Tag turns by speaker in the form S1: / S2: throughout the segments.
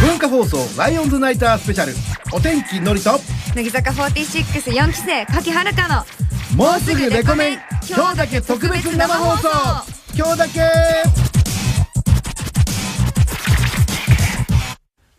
S1: 文化放送ライオンズナイタースペシャルお天気のりと
S2: 乃木坂464期生柿原香の
S1: もうすぐレコメン今日だけ特別生放送今日だけ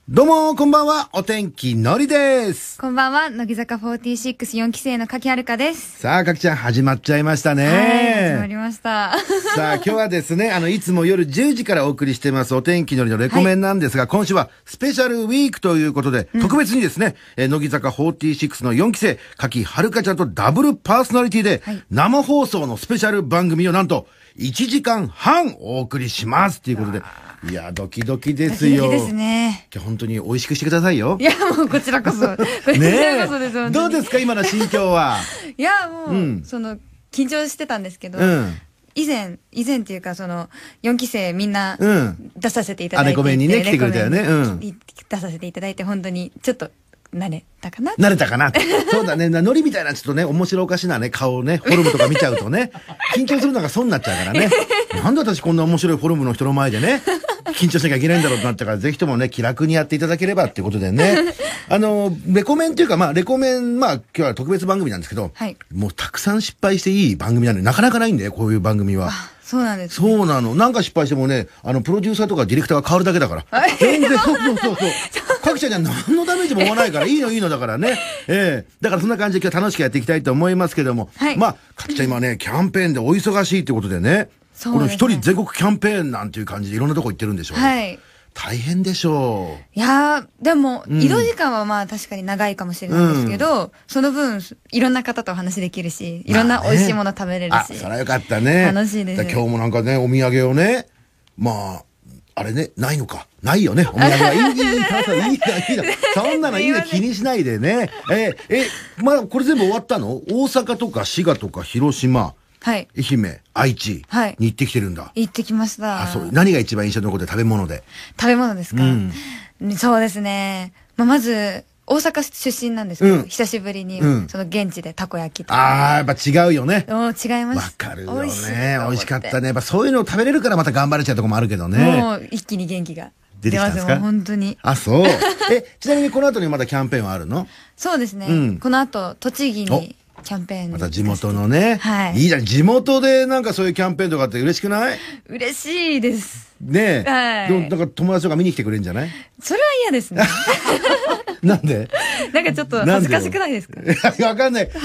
S1: どうもこんばんはお天気のりです
S2: こんばんは乃木坂464期生の柿原香です
S1: さあかきちゃん始まっちゃいましたね、
S2: はい始まりました
S1: さあ、今日はですね、あの、いつも夜10時からお送りしてます、お天気のりのレコメンなんですが、今週はスペシャルウィークということで、特別にですね、えー乃木坂46の4期生、柿遥香ちゃんとダブルパーソナリティで、
S2: はい
S1: 生放送のスペシャル番組をなんと、1時間半お送りしますということで、いや、ドキドキですよ。
S2: ドキドキですね
S1: 今日本当に美味しくしてくださいよ
S2: い。やもうこちら こそこちらこそです
S1: え
S2: 本
S1: ど
S2: 当
S1: う
S2: に
S1: ですか、今の心境は。
S2: いやもう、
S1: うん
S2: その緊張してたんですけど、
S1: うん
S2: 以前以前っていうかその4期生みんな
S1: うん
S2: 出させていただいていて、
S1: あレコメンにね来てくれたよね
S2: レコメン
S1: うん
S2: に出させていただいて本当にちょっと慣れたかな
S1: 慣れたかなそうだね。なノリみたいな、ちょっとね、面白おかしなね、顔をね、フォルムとか見ちゃうと ね、緊張するのが損になっちゃうからね。なんで私こんな面白いフォルムの人の前でね、緊張しなきゃいけないんだろうとなったから、ぜひともね、気楽にやっていただければっていうことで ね。あの、レコメンっていうか、まあ、レコメン、まあ、今日は特別番組なんですけど、
S2: はい
S1: もうたくさん失敗していい番組なのになかなかないんだよ、こういう番組は。
S2: そうなんです
S1: そうなの。なんか失敗してもね、あの、プロデューサーとかディレクターが変わるだけだから。全然、そうそうそうそう。各社には何のダメージも負わないから、いいのいいのだからね。ええだからそんな感じで今日楽しくやっていきたいと思いますけども。
S2: はい
S1: まあ、各社今ね、キャンペーンでお忙しいってことでね。
S2: そうですね
S1: この一人全国キャンペーンなんていう感じでいろんなとこ行ってるんでしょう。
S2: はい
S1: 大変でしょう。
S2: いやー、でも、移動時間はまあ確かに長いかもしれないですけど、その分、いろんな方とお話できるし、いろんな美味しいもの食べれる
S1: あ、
S2: し。
S1: それはよかったね。
S2: 楽しいです
S1: だから今日もなんかね、お土産をね、まあ、あれね、ないのか。ないよね、お土産は。いい、いい、いい、いいの、いいの、い いの。そんなのいいの、
S2: すいませ
S1: 気にしないでね。えー、え、まあ、これ全部終わったの大阪とか滋賀とか広島、
S2: はい。
S1: 愛媛、愛知
S2: はい
S1: に行ってきてるんだ。
S2: 行ってきました。
S1: あ、そう。何が一番印象に残ってる食べ物で。
S2: 食べ物ですか、
S1: うん
S2: そうですね。まあ、まず、大阪出身なんですけど、
S1: うん
S2: 久しぶりに、
S1: うん
S2: その現地でたこ焼きとか。
S1: あー、やっぱ違うよね。
S2: もう違いま
S1: わ
S2: す。
S1: かるよね。
S2: 美
S1: 美
S2: 味しいと思
S1: 味
S2: て
S1: しかったね。。やっぱそういうのを食べれるからまた頑張れちゃうとこもあるけどね。
S2: もう一気に元気が
S1: 出て
S2: 出
S1: きた
S2: ま
S1: んですすか
S2: よ、もう本当に。
S1: あ、そう。 え、ちなみにこの後にまだキャンペーンはあるの
S2: そうですね。
S1: うん
S2: この後、栃木にキャンペーン
S1: また地元のね。
S2: はい
S1: いじゃん。地元でなんかそういうキャンペーンとかって嬉しくない
S2: 嬉しいです。
S1: ねえ。
S2: はい
S1: でもなんか友達とか見に来てくれるんじゃない
S2: それは嫌ですね。
S1: なんで
S2: なん かちょっと
S1: なんで
S2: 恥ず
S1: よ
S2: かしくないですか
S1: わかんない。わか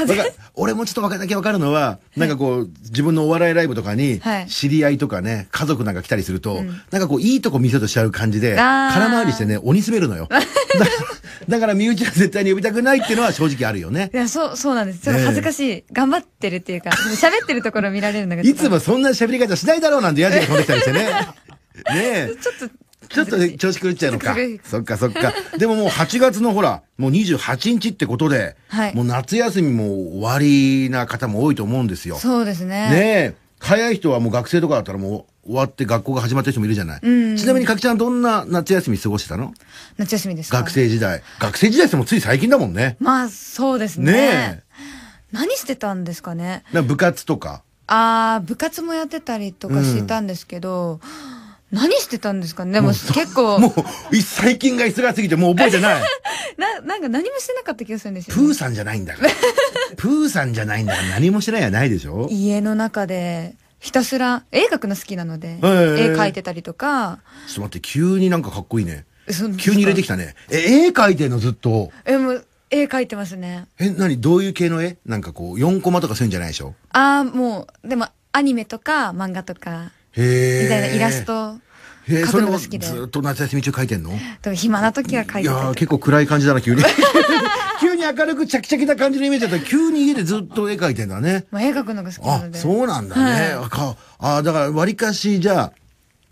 S1: 俺もちょっとわかだけわかるのは、なんかこう、自分のお笑いライブとかに
S2: はい、
S1: 知り合いとかね、家族なんか来たりすると、なんかこう、いいとこ見せようとしちゃう感じで、
S2: あー
S1: 空回りしてね、鬼滑る のよ。だだから、身内は絶対に呼びたくないっていうのは正直あるよね
S2: い。や、そう、そうなんです。ちょっと恥ずかしい。頑張ってるっていうか、喋ってるところ見られるのがちょ
S1: い
S2: っと
S1: つもそんな喋り方しないだろうなんてやじが飛んできたり してね。ねえ。
S2: ちょっと、
S1: ちょっと
S2: 恥ずかしい
S1: 調子狂っちゃうのか
S2: ちょっと狂い。
S1: そっかそっか。でももう8月のほら、もう28日ってことで、
S2: はい
S1: もう夏休みも終わりな方も多いと思うんですよ。
S2: そうですね。
S1: ねえ。早い人はもう学生とかだったらもう終わって学校が始まってる人もいるじゃない。
S2: うん
S1: ちなみにかきちゃんどんな夏休み過ごしてたの
S2: 夏休みですか
S1: 学。生時代。学生時代ってもつい最近だもんね。
S2: まあ、そうですね。
S1: ね
S2: 何してたんですかね
S1: なんか部活とか。
S2: あー、部活もやってたりとかしたんですけど、何してたんですかねでも結構、
S1: もう、い最近が忙しすぎてもう覚えてない。
S2: な、なんか何もしてなかった気がするんですよ
S1: プ
S2: ね、
S1: ーさんじゃないんだ から。プーさんじゃないんだから何もしてないやないでしょ
S2: 家の中で、ひたすら、絵描くの好きなので、絵
S1: ー
S2: 描いてたりとか、
S1: ちょっと待って、急になんかかっこいいね。
S2: その
S1: 急に入れてきたね。え、絵描いてんのずっと。
S2: え、もう、絵描いてますね。
S1: え、何どういう系の絵なんかこう、4コマとかそういうんじゃないでしょ
S2: ああ、もう、でも、アニメとか漫画とか、
S1: へえ。
S2: みたいなイラス。ト、
S1: へえ、
S2: 描
S1: そ
S2: く
S1: れ
S2: の
S1: も
S2: が
S1: ず
S2: 好きで。
S1: っと夏休み中描いてんのい
S2: でも暇な時は描いて
S1: や
S2: た
S1: ー、
S2: りと
S1: 結構暗い感じだな、急に。 急に明るくチャキチャキな感じのイメージだったら、急に家でずっと絵描いてんだね。
S2: まあ、絵描くのが好きな
S1: あ
S2: の、で。
S1: そうなんだね。あかあ、だから、割かし、じゃあ、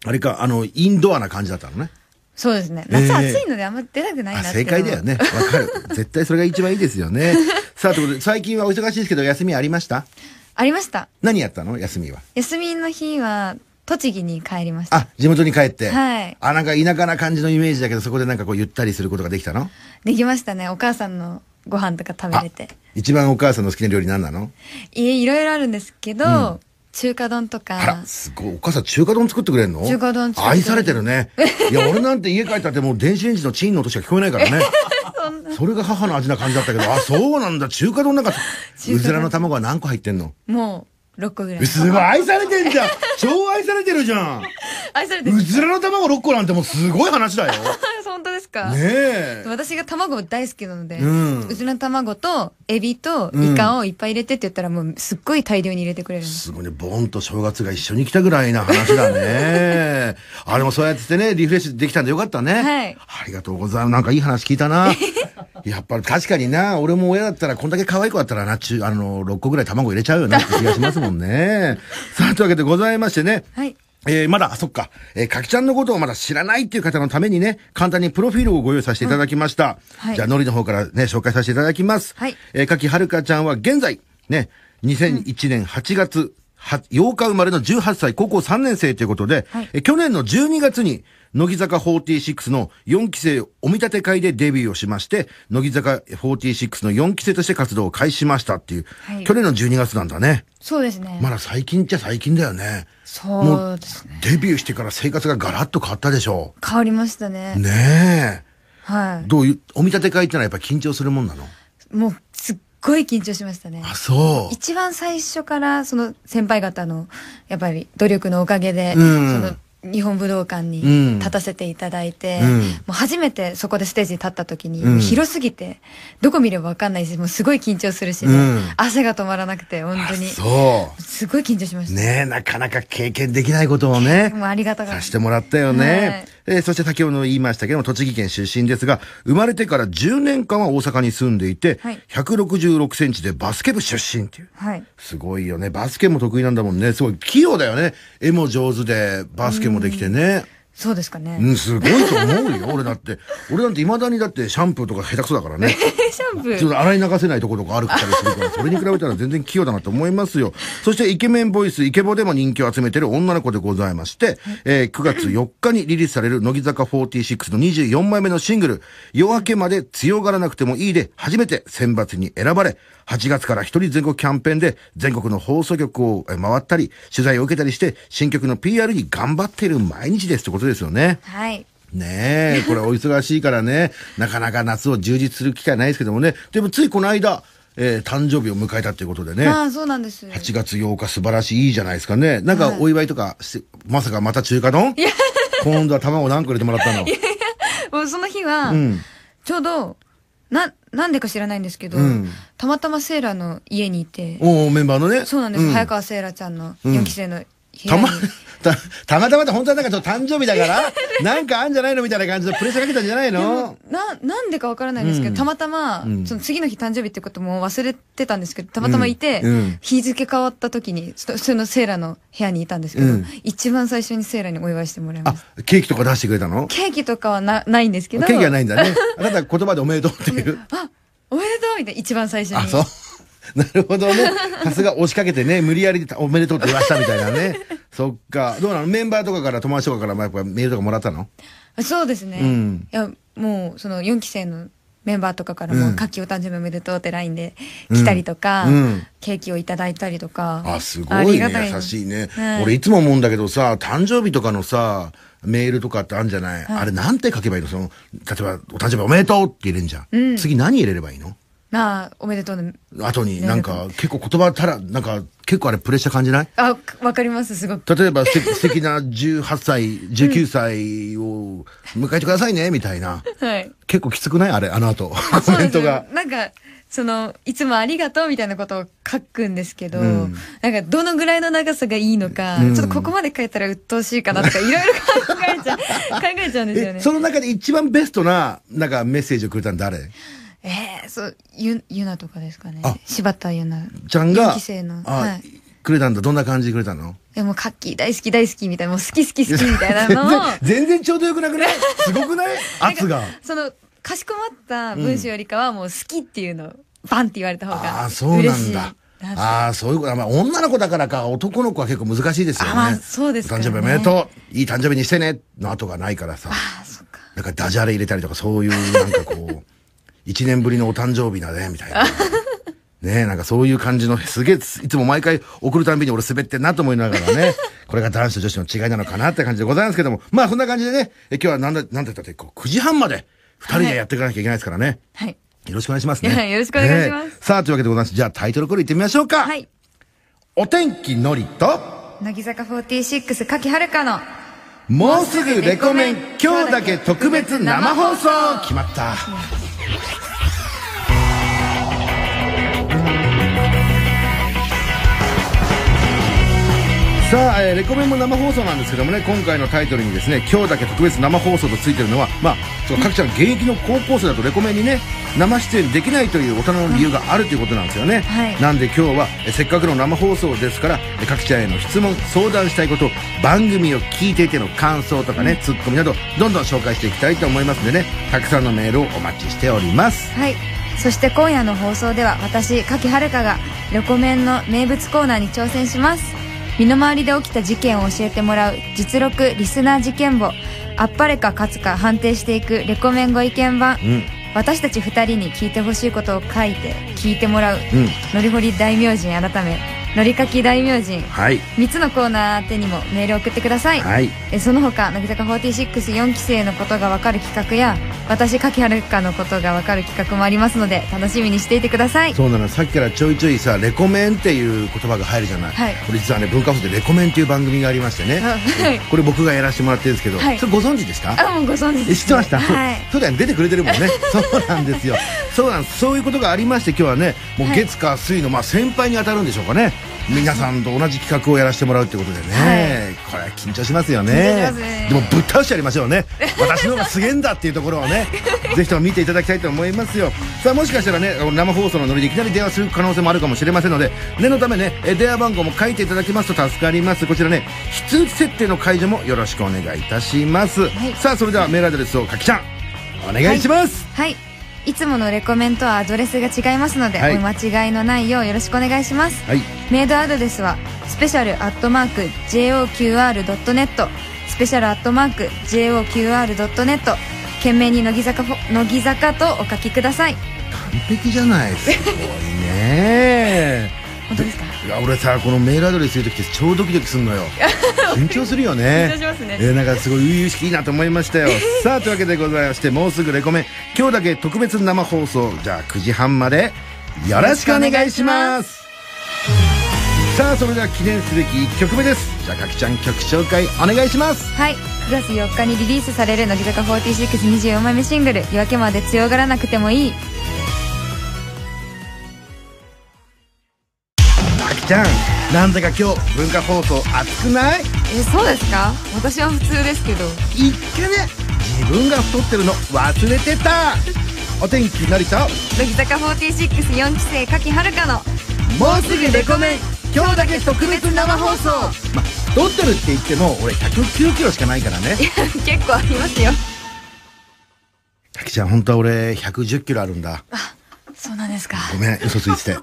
S1: あれか、あの、インドアな感じだったのね。
S2: そうですね。
S1: え
S2: 夏
S1: ー
S2: 暑いのであんま出たくないな
S1: あ
S2: って、
S1: 正解だよ。ね。わか る。絶対それが一番いいですよね。さあ、ということで、最近はお忙しいですけど、休みありました
S2: ありました。
S1: 何やったの休みは。
S2: 休みの日は、栃木に帰りました。
S1: あ、地元に帰って。
S2: はい
S1: あ、なんか田舎な感じのイメージだけど、そこでなんかこう、ゆったりすることができたの
S2: できましたね。お母さんのご飯とか食べれて
S1: あ。一番お母さんの好きな料理何なの
S2: いえいろいろあるんですけど、中華丼と
S1: あ、、
S2: から
S1: すごい。お母さん中華丼作ってくれんの
S2: 中華丼作ってくれる
S1: 愛されてるね。いや、俺なんて家帰ったってもう電子レンジのチンの音しか聞こえないから ね。それが母の味な感じだったけど、あ、そうなんだ。中華丼なんか、
S2: 中華丼
S1: うずらの卵は何個入ってんの
S2: もう6個ぐらい
S1: え。すごい、愛されてん じゃん超愛されてるじゃん
S2: 愛されてる
S1: う。ずらの卵6個なんてもうすごい話 だよ。
S2: 本当ですか、
S1: ねえ。
S2: 私が卵大好きなので、
S1: うん
S2: うちの卵とエビと
S1: ん
S2: イカをいっぱい入れてって言ったらもうすっごい大量に入れてくれるんです
S1: すごいね、ボンと正月が一緒に来たぐらいな話だ ね。あれもそうやってね、リフレッシュできたんでよかったね。
S2: はい
S1: ありがとうございます。なんかいい話聞いた な。やっぱり確かにな、俺も親だったら、こんだけ可愛い子だったらな、中、あの、6個ぐらい卵入れちゃうよなって気がしますもん ね。さあ、というわけでございましてね。
S2: はい
S1: えー、まだ、あそっか。えー、かきちゃんのことをまだ知らないっていう方のためにね、簡単にプロフィールをご用意させていただきました。
S2: はい
S1: じゃあ、のりの方からね、紹介させていただきます。
S2: はい
S1: えー、かきはるかちゃんは現在、ね、2001年8月は8日生まれの18歳、高校3年生ということで、
S2: はい
S1: えー去年の12月に、乃木坂46の4期生お見立て会でデビューをしまして、乃木坂46の4期生として活動を開始しましたっていう、
S2: はい
S1: 去年の12月なんだね。
S2: そうですね、
S1: まだ最近っちゃ最近だよね。
S2: そうですね
S1: デビューしてから生活がガラッと変わったでしょ
S2: 変わりましたね
S1: う。ね
S2: は
S1: え。どういう、お見立て会ってのはやっぱ緊張するもんなの
S2: いもうすっごい緊張しましたね
S1: あ、そう。
S2: 一番最初からその先輩方のやっぱり努力のおかげで、
S1: うん
S2: その日本武道館
S1: うん
S2: に立たせていただいて、
S1: うん
S2: もう初めてそこでステージに立った時に、
S1: うん
S2: もう広すぎてどこ見ればわかんないしもうすごい緊張するし、ね
S1: うん
S2: 汗が止まらなくて本当に
S1: そ
S2: すごい緊張しま
S1: う。
S2: した、
S1: ねえ、なかなか経験できないことをね。
S2: もうありがたかっ
S1: させ
S2: た
S1: てもらったよね。えーそして先ほど言いましたけども、栃木県出身ですが、生まれてから10年間は大阪に住んでいて、
S2: はい
S1: 166センチでバスケ部出身っていう。
S2: はい
S1: すごいよね。バスケも得意なんだもんね。すごい器用だよね。絵も上手で、バスケもできてね。
S2: そうですかね、
S1: うん、すごいと思うよ。 俺だって。俺なんて未だにだってシャンプーとか下手くそだから ね。
S2: シャンプ
S1: ちょっ
S2: ー
S1: と洗い流せないところとかあるからす るから、それに比べたら全然器用だなと思いますよ。そしてイケメンボイス、イケボでも人気を集めてる女の子でございまして、えー9月4日にリリースされる乃木坂46の24枚目のシングル、夜明けまで強がらなくてもいいで、初めて選抜に選ばれ、8月から一人全国キャンペーンで全国の放送局をえー回ったり、取材を受けたりして、新曲の PR に頑張ってる毎日ですってことですよね。
S2: はい
S1: ねえ、これお忙しいからね、 なかなか夏を充実する機会ないですけどもね、でもついこの間、えー誕生日を迎えたということでね、
S2: まあそうなんです
S1: 8月8日素晴らしい、いいじゃないですかね。なんかお祝いとかして、まさかまた中華丼今度は卵何個入れてもらっ たの
S2: もうその日は、
S1: うん。
S2: ちょうどななんでか知らないんですけど、
S1: うん
S2: たまたまセーラの家にいて
S1: おーメンバーのね。
S2: そうなんです、
S1: ん
S2: 早川セイラちゃんの
S1: ん
S2: 4期生の部屋
S1: た
S2: に、
S1: ま、 た、たまたまって本当はなんかちょっと誕生日だ から、なんかあんじゃないのみたいな感じでプレッシャーかけたんじゃない
S2: でも
S1: の
S2: ななんでかわからないですけど、
S1: うん
S2: たまたま、
S1: うん
S2: その次の日誕生日ってことも忘れてたんですけどたまたまいて、
S1: うんうん
S2: 日付変わった時にそそのセイラの部屋にいたんですけど、
S1: うん
S2: 一番最初にセイラにお祝いしてもらいま
S1: あ
S2: した、
S1: ケーキとか出してくれたの
S2: ケーキとかはなないんですけ
S1: ケ
S2: ど
S1: ーキはないんだね。あなた言葉でおめでとうっていう。
S2: あおめでとうみたいな一番最初に
S1: あ、そう。 なるほどね。さすが押しかけてね、無理やりおめでとうって言わしたみたいなね。そっか。どうなのメンバーとかから友達とかからまあやっぱメールとかもらったの
S2: あそうですね、
S1: うん
S2: いやもうその4期生のメンバーとかから
S1: う
S2: も
S1: ん
S2: 「夏季お誕生日おめでとう」って LINE で来たりとか、
S1: うんうん
S2: ケーキをいただいたりとか
S1: あ、すごいね。優
S2: い
S1: しいね
S2: は。い
S1: 俺いつも思うんだけどさ、誕生日とかのさ、メールとかってあるんじゃない
S2: はい
S1: あれなんて書けばいいのその、例えば、お誕生日おめでとうって入れるんじゃ。
S2: うんん
S1: 次何入れればいいの
S2: なあおめでとうの
S1: 後になんか、結構言葉たら、なんか、結構あれプレッシャー感じない
S2: あわかりますすごく
S1: 例えば、せ 素敵な18歳、19歳を迎えてくださいね、みたいな。
S2: はい
S1: 結構きつくないあれ、あの後。 コメントが
S2: そうです。ねなんかそのいつもありがとうみたいなことを書くんですけど、
S1: うん
S2: なんかどのぐらいの長さがいいのか、
S1: うん
S2: ちょっとここまで書いたら鬱陶しいかなとかいろいろ考えち ゃう考えちゃうんですよ
S1: え、
S2: ね
S1: その中で一番ベストな、なんかメッセージをくれたの誰
S2: えー、そうゆゆなとかですかね
S1: あ
S2: 柴田ゆな
S1: ちゃんが、
S2: 四期生の
S1: あ、
S2: はい
S1: くれたんだ。どんな感じでくれたの、
S2: でもカッキー大好き大好きみたいな、もう好き好き好きみたいなのを
S1: 全然全然ちょうどよくなくないすごく ない圧が。
S2: その、かしこまった文章よりかはもう好きっていうのをバンって言われた方
S1: あ
S2: が
S1: あ、
S2: 嬉しい。
S1: そうなんだ。
S2: あ
S1: ああ、そういうこと。まあ、女の子だからか、男の子は結構難しいですよね。
S2: あまあそうですかね
S1: 誕生日おめでとう。いい誕生日にしてね。の後がないからさ。
S2: あ、そっか。
S1: なんかダジャ レ入れたりとか、そういう、なんかこう、一年ぶりのお誕生日だね、みたいな。ねえ、なんかそういう感じの、すげえ、いつも毎回送るたんびに俺滑ってんなと思いながら ね、これが男子と女子の違いなのかなって感じでございますけども、まあそんな感じでね、え今日はなんだ、なんだったって、こう9時半まで、二人でやっていかなきゃいけないですからね。
S2: はい。
S1: よろしくお願いします
S2: はい
S1: ね。
S2: よろしくお願いします
S1: ええさあ、というわけでございます。じゃあタイトルコールいってみましょうか。
S2: はい。
S1: お天気のりと、
S2: 乃木坂46、柿遥香の。
S1: もうすぐレコメン、今日だけ特別生放送決まった。さあ、えーレコメンも生放送なんですけどもね、今回のタイトルにですね、今日だけ特別生放送とついてるのは、まあ、そう、各社の現役の高校生だとレコメンにね、生出演できないという大人の理由があるということなんですよね。
S2: はい
S1: なんで今日は、えーせっかくの生放送ですから、えー各社への質問、相談したいこと、番組を聞いていての感想とかね、ツッコミなど、どんどん紹介していきたいと思いますんでね、たくさんのメールをお待ちしております。
S2: はい。そして今夜の放送では私、柿遥香がレコメンの名物コーナーに挑戦します。身の回りで起きた事件を教えてもらう実録リスナー事件簿。あっぱれか勝つか判定していくレコメンご意見版。
S1: うん、
S2: 私たち二人に聞いてほしいことを書いて聞いてもらう。
S1: うん、
S2: のりほり大名人改め、のりかき大名人。
S1: はい、
S2: 3つのコーナー宛てにもメールを送ってください。
S1: はい。
S2: えその他乃木坂464期生のことがわかる企画や私柿原香のことがわかる企画もありますので楽しみにしていてください
S1: そうなのさっきからちょいちょいさ「レコメン」っていう言葉が入るじゃない、
S2: はい
S1: これ実はね文化放送で「レコメン」っていう番組がありましてね、
S2: あはい
S1: これ僕がやらせてもらってるんですけど、
S2: はい
S1: それご存知ですか
S2: あもうご存知
S1: え
S2: です
S1: 知ってました、
S2: はい
S1: そうだよね出てくれてるもん ねそうなんですよそうなんですそういうことがありまして今日はねもう
S2: はい
S1: 月火水の、まあ、先輩に当たるんでしょうかね皆さんと同じ企画をやらせてもらうってことでね、これは緊張しますよね
S2: 緊張しますね
S1: でもぶっ倒してやりましょう ね私の方がすげえんだっていうところをねぜひとも見ていただきたいと思いますよさあもしかしたらねあの生放送のノリでいきなり電話する可能性もあるかもしれませんので念のためねえ電話番号も書いていただきますと助かりますこちらね非通知設定の解除もよろしくお願いいたします、
S2: はい
S1: さあそれではメールアドレスをかきちゃんお願いします、
S2: はいいつものレコメントはアドレスが違いますので、
S1: はい
S2: お間違いのないようよろしくお願いします
S1: はい
S2: メールアドレスはスペシャルアットマーク JOQR.net スペシャルアットマーク JOQR.net 懸命に乃木坂フォ乃木坂とお書きください
S1: 完璧じゃないす ごいね
S2: 本当ですか
S1: いや俺さこのメールアドレス言う時って超ドキドキすんの よ緊張するよね
S2: 緊張しますね
S1: えーなんかすごい初々しきいいなと思いま したよさあというわけでございましてもうすぐレコメン今日だけ特別生放送じゃあ9時半までよろしくお願いしますさあそれでは記念すべき1曲目ですじゃあかきちゃん曲紹介お願いします
S2: はい9月4日にリリースされる乃木坂4624枚目シングル「夜明けまで強がらなくてもいい
S1: かきちゃんなんだか今日文化放送熱くない」
S2: えそうですか私は普通ですけど
S1: いっけね自分が太ってるの忘れてたお天気なりと
S2: 乃木坂464期生柿遥香の
S1: もうすぐレコメン今日だけ特別生放送まあ太ってるって言っても俺109キロしかないからね
S2: いや 結構ありますよ
S1: 滝ちゃん本当は俺110キロあるんだ
S2: そうなんですか
S1: ごめん嘘つい てて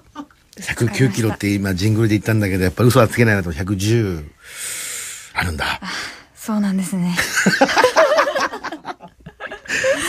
S1: 109キロって今ジングルで言ったんだけどやっぱ嘘はつけないなと思って110あるんだ
S2: そうなんですね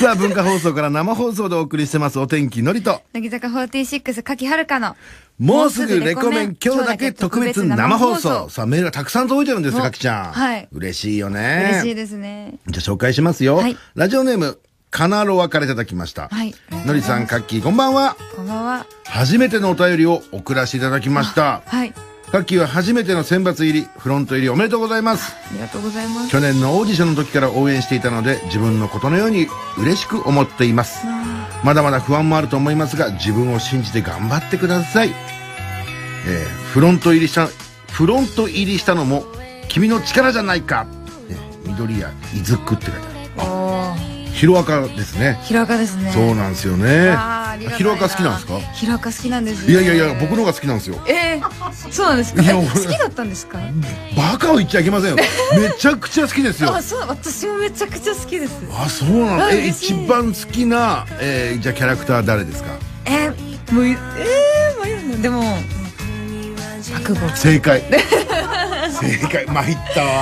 S1: さあ文化放送から生放送でお送りしてますお天気のりと
S2: 乃木坂46柿遥香の
S1: もうすぐレコメン今日だけ特別生放送さあメールがたくさん届いてるんですよ
S2: お
S1: 滝ちゃん
S2: はい
S1: 嬉しいよね
S2: 嬉しいですね
S1: じゃあ紹介しますよ。
S2: はい
S1: ラジオネーム、カナロワからいただきました。
S2: はい
S1: のりさん、カッキー、こんばんは。
S2: こんばんは
S1: 初めてのお便りを送らせていただきました。
S2: はい
S1: カッキーは初めての選抜入り、フロント入りおめでとうございます。
S2: ありがとうございます
S1: 去年のオーディションの時から応援していたので、自分のことのように嬉しく思っています。
S2: あ
S1: まだまだ不安もあると思いますが、自分を信じて頑張ってください。えーフロント入りした、フロント入りしたのも、君の力じゃないか。えー緑やいずくって書いてある。
S2: ーおー
S1: ヒロアカですね。
S2: 広岡ですね
S1: そうなんですよね
S2: わあありが。たい
S1: ヒ
S2: な
S1: ロアカ好きなんですか
S2: 平岡好きなんです
S1: い
S2: よ
S1: やいやいや、僕の方が好きなんですよ。
S2: えー、そうなんですか
S1: い
S2: え
S1: や
S2: 好
S1: 俺
S2: きだったんですか
S1: バカを言っちゃいけませんよ。めちゃくちゃ好きですよ。
S2: あそう私もめちゃくちゃ好きです
S1: あ、そうなの。
S2: あ
S1: え、
S2: 嬉し
S1: 一
S2: い
S1: 番好きな、えーじゃあキャラクター誰ですか
S2: えー、もうえー、迷うなでも覚悟
S1: 正解。正解。参ったわ。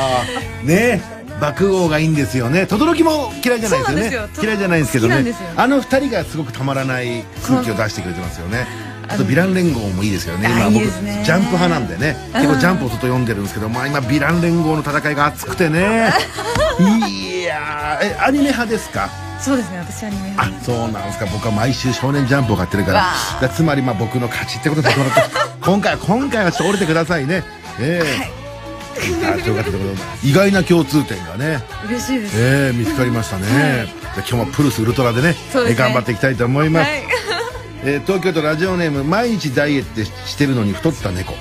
S1: ね爆豪がいいんですよね。轟も嫌いじゃないですよね。
S2: そうなんですよ
S1: 嫌いじゃないんですけど
S2: 好きなん
S1: ね
S2: ですよ。
S1: あの二人がすごくたまらない空気を出してくれてますよね。あとヴィラン連合もいいですけどね今
S2: あいい
S1: 僕
S2: ですね
S1: ジャンプ派なんでね結構ジャンプをずっと読んでるんですけどまあ今ヴィラン連合の戦いが熱くて ねいやーえアニメ派ですか
S2: そうですね私アニメ派
S1: あそうなんですか僕は毎週「少年ジャンプ」を買ってるから
S2: わあ
S1: だつまりまあ僕の勝ちってことで 今回は今回は勝利てくださいねええあということで意外な共通点がね、
S2: 嬉しいです
S1: ええ見つかりましたね、じゃあ今日もプルスウルトラでね
S2: そうですね
S1: 頑張っていきたいと思いま
S2: は
S1: す、
S2: い
S1: えー東京都ラジオネーム毎日ダイエットしてるのに太った猫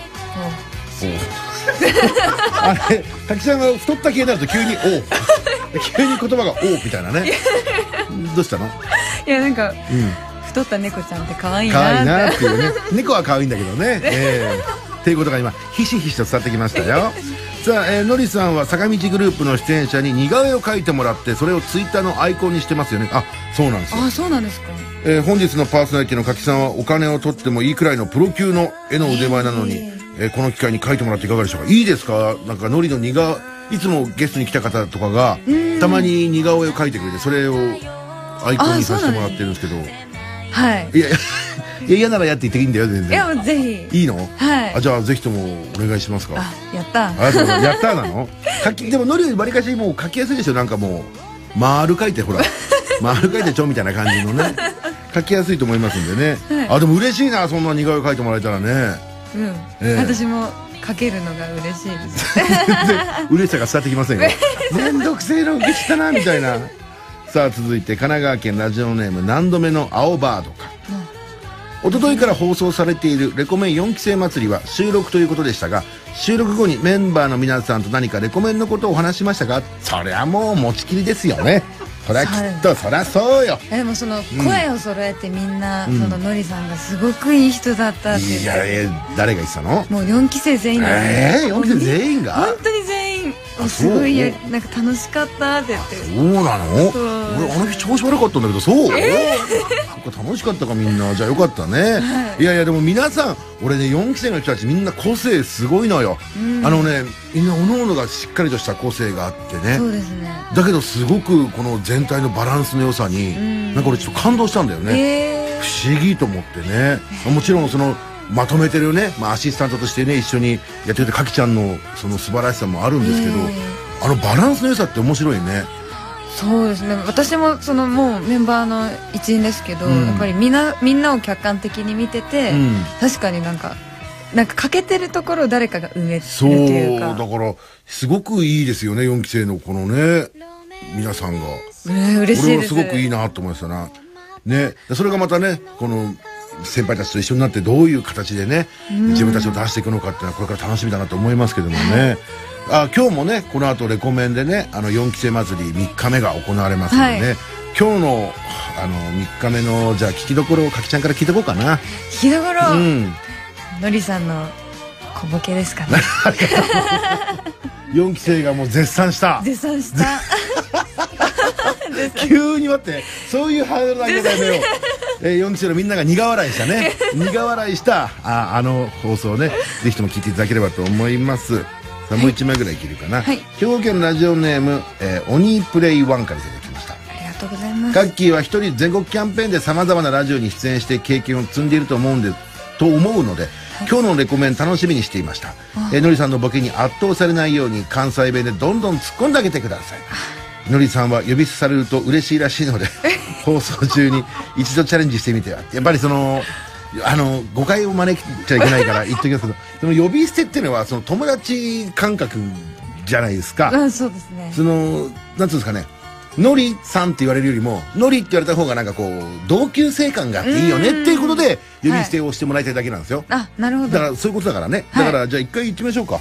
S1: あれ滝さんが太った系になると急に「 おう」急に言葉が「おう」みたいなねどうしたの
S2: いやなんか
S1: うん
S2: 太った猫ちゃんって可愛い
S1: 可愛い
S2: な
S1: なっていうね猫は可愛いんだけど ね、ええっていうことが今ひしひしと伝わってきましたよさあ、えーのりさんは坂道グループの出演者に似顔絵を描いてもらってそれをツイッターのアイコンにしてますよねあそうなんですよ、
S2: あそうなんですか
S1: えー本日のパーソナリティの柿さんはお金を取ってもいいくらいのプロ級の絵の腕前なのに、えーこの機会に描いてもらっていかがでしょうかいいですかなんかのりの似顔いつもゲストに来た方とかがたまに似顔絵を描いてくれてそれをアイコンにさせてもらってるんですけど
S2: はい
S1: いや、いやいや嫌ならやって言っていいんだよ、全
S2: いや
S1: 然。
S2: もうぜひ
S1: いいの
S2: はい
S1: あ、じゃあぜひともお願いしますか。
S2: あやった
S1: あ、そうやったなの 書き、でもノリよりわりかしもう書きやすいでしょ、なんかもう。丸書いて、ほ ら。丸書いてちょみたいな感じのね。書きやすいと思いますんでね。あ、でも嬉しいな、そんな似顔絵書いてもらえたらね。
S2: うん
S1: ええ
S2: 私もかけるのが嬉しい です
S1: 全然嬉しさが伝わってきませんよ。めんどくせえの受けしたな、みたいな。さあ、続いて神奈川県ラジオネーム何度目の青バードか。一昨日から放送されているレコメン4期生祭りは収録ということでしたが、収録後にメンバーの皆さんと何かレコメンのことをお話しましたが、そりゃもう持ちきりですよね。そりゃきっと、そりゃそうよ。
S2: えでもその声を揃えてみんな、そののりさんがすごくいい人だったって言っ
S1: いや、
S2: て
S1: え誰が言ってたの
S2: もう4期生全員だ
S1: ええー、4期生全員が
S2: 本当に全員
S1: あ
S2: すごいや
S1: そ
S2: なんか楽しかったって言って
S1: そうなの
S2: そう
S1: 俺あの日調子悪かったんだけどそう、そっか楽しかったかみんなじゃあよかったね、い、やいやでも皆さん俺ね4期生の人たちみんな個性すごいのよ、あのねみんな各々がしっかりとした個性があってね
S2: そうですね
S1: だけどすごくこの全体のバランスの良さに、なんか俺ちょっと感動したんだよね、
S2: え
S1: 不思議と思ってねもちろんそのまとめてるね、まあ、アシスタントとしてね一緒にやってるかきちゃんのその素晴らしさもあるんですけど、
S2: うん
S1: あのバランスの良さって面白いね
S2: ー、そうですね私もそのもうメンバーの一員ですけど、
S1: うん
S2: やっぱりみんなみんなを客観的に見てて、
S1: うん
S2: 確かになんかなんか欠けてるところを誰かが埋めてると
S1: そう
S2: いう
S1: だ
S2: か
S1: からすごくいいですよね4期生のこのね皆さんが
S2: うれ嬉し
S1: 俺
S2: い
S1: は
S2: です
S1: すごくいいなと思いましたなねそれがまたねこの先輩たちと一緒になってどういう形でね自分たちを出していくのかっていうのはこれから楽しみだなと思いますけどもねあ今日もねこの後レコメンでねあの4期生祭り3日目が行われますのでね、
S2: は
S1: 今日のあの3日目のじゃあ聞きどころをかきちゃんから聞いてこうかな
S2: 聞きどころ、
S1: うん
S2: のりさんの小ボケですかね
S1: 4期生がもう絶賛した
S2: 絶賛 した
S1: 急に待ってそういうハードルの上げ方やめよう、えー、4期生のみんなが苦笑いしたね苦笑いしたああの放送ねぜひとも聞いていただければと思いますさあもう1枚ぐらい切るかな、
S2: はい
S1: 兵庫県ラジオネーム、えー、オニープレイワンからいただきました
S2: ありがとうございます
S1: カッキーは一人全国キャンペーンで様々なラジオに出演して経験を積んでいると思うんで、と思うので、今日のレコメン楽しみにしていました。えーのりさんのボケに圧倒されないように関西弁でどんどん突っ込んであげてください。のりさんは呼び捨てされると嬉しいらしいので、放送中に一度チャレンジしてみては。やっぱりその、あの、誤解を招きちゃいけないから言っときますけど、その呼び捨てっていうのはその友達感覚じゃないですか。
S2: うんそうですね
S1: その、なんつうんですかね、のりさんって言われるよりも、のりって言われた方がなんかこう、同級生感があっていいよねっていうことで、呼び捨てをしてもらいたいだけなんですよ。
S2: あなるほ
S1: だか
S2: ど
S1: らそういうことだからね。
S2: はい
S1: だからじゃあ一回行ってみましょうか。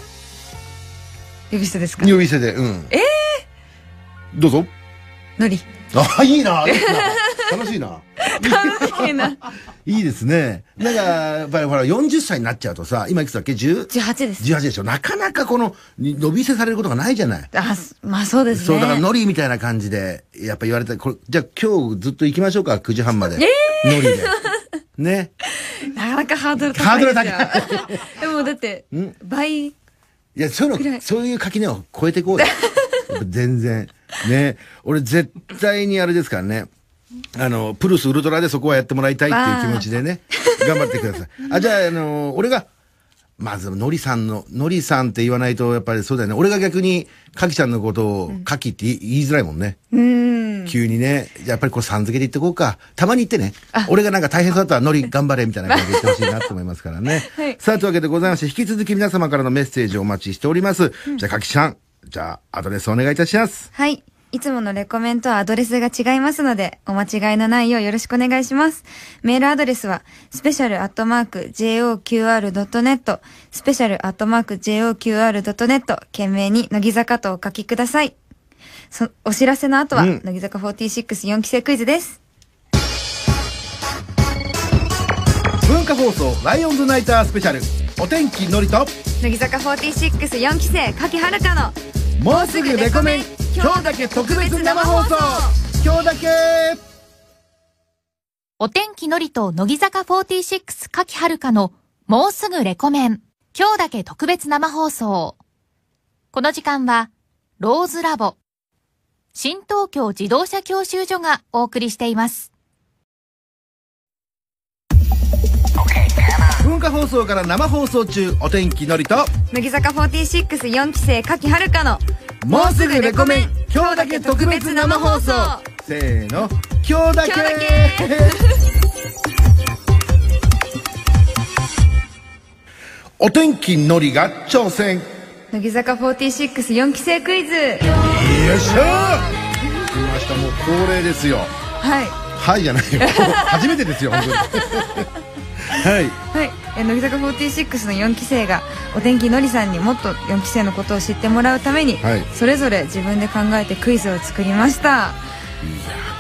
S2: 呼び捨てですか
S1: 呼び捨てで。うん。ええどうぞ。
S2: のり
S1: あ、いい な。いいな楽しいな。
S2: 楽しい ない
S1: いですね。なんか、やっぱりほら、40歳になっちゃうとさ、今いくつだっけ ?10、
S2: 18です
S1: 18でしょ。なかなかこの、伸び捨てされることがないじゃない。
S2: あすまあそうですね
S1: そう、だから、ノリみたいな感じで、やっぱ言われたこれ、じゃあ今日ずっと行きましょうか、9時半まで。ノリ で。ね。
S2: なかなかハードル高いですよ。
S1: ハー
S2: でもだって、倍、
S1: いや、そういう
S2: 暗
S1: の、
S2: い
S1: そういう垣根を 超えていこうよ。やっぱ全然。ね。俺絶対にあれですからね。あの、プルスウルトラでそこはやってもらいたいっていう気持ちでね、頑張ってください。あ、じゃあ、あの、俺が、まず、のりさんの、のりさんって言わないと、やっぱりそうだよね。俺が逆に、かきちゃんのことを、かきって言い言いづらいもんね。急にね、やっぱりこう、さん付けで言ってこうか。たまに言ってね。俺がなんか大変そうだったら、のり頑張れ、みたいな感じで言ってほしいなと思いますからね。
S2: はい
S1: さあ、というわけでございまして、引き続き皆様からのメッセージをお待ちしております。じゃあ、かきちゃん、じゃあ、アドレスお願いいたします。
S2: はい。いつものレコメントはアドレスが違いますので、お間違いのないようよろしくお願いします。メールアドレスは、スペシャルアットマーク JOQR.net、スペシャルアットマーク JOQR.net、懸命に乃木坂とお書きください。そお知らせの後は、
S1: うん
S2: 乃木坂464期生クイズです。
S1: 文化放送、ライオンズナイタースペシャル。お天気のりと、
S2: 乃木坂464期生、柿遥香の、
S1: もうすぐレコメン今日だけ特別生放送今日だけ
S3: お天気のりと乃木坂46柿遥香のもうすぐレコメン今日だけ特別生放送この時間はローズラボ新東京自動車教習所がお送りしています
S1: 文化放送から生放送中お天気のりと
S2: 乃木坂464期生、柿遥香の、
S1: もうすぐレコメン今日だけ特別生放送せーの今日だけ
S2: 今日
S1: お天気のりが挑戦よ
S2: 乃木坂464期生クイズ。
S1: いしょ来ましたもう恒例ですよ
S2: はい。
S1: はいじゃないよ 初めてですよ本当に はい
S2: はい、えー乃木坂46の4期生がお天気のりさんにもっと4期生のことを知ってもらうために、
S1: はい
S2: それぞれ自分で考えてクイズを作りました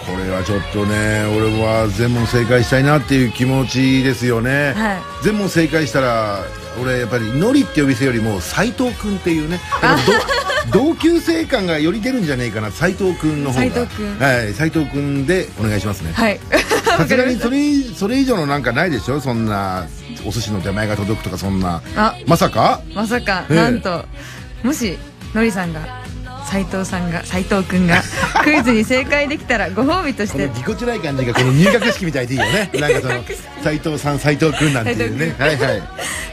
S1: これはちょっとね俺は全問正解したいなっていう気持ちですよね、
S2: はい
S1: 全問正解したら俺やっぱりのりって呼び捨てよりも斎藤君っていうねやっぱど同級生感がより出るんじゃないかな斎藤君の方が
S2: 斉藤君
S1: はい斎藤君でお願いしますね
S2: はい
S1: さすがにそれ以それ以上のなんかないでしょそんなお寿司の出前が届くとかそんな
S2: あ
S1: まさか
S2: まさか
S1: ええ
S2: なんともしのりさんが斉藤さんが斉藤君がクイズに正解できたらご褒美とし
S1: この
S2: て
S1: ぎこちない感じがこの入学式みたいでいいよ ねなんかその斎藤さん斎藤君なんていうねはいはい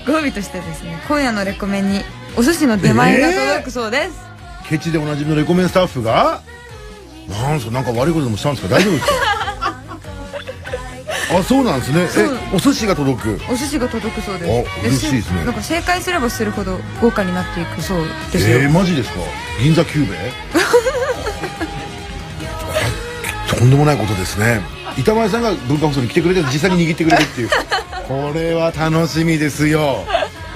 S2: ご褒美としてですね今夜のレコメンにお寿司の出前が届くそうです、
S1: ケチでおなじみのレコメンスタッフがなんすかなんか悪いことでもしたんですか大丈夫 ですかあそうなんですね
S2: そう
S1: えお寿司が届く
S2: お寿司が届くそうです
S1: あ嬉しいですね
S2: なんか正解すればするほど豪華になっていくそうですよ、
S1: えー、マジですか銀座キ ューベとんでもないことですね板前さんが文化放送に来てくれて実際に握ってくれる っていうこれは楽しみですよ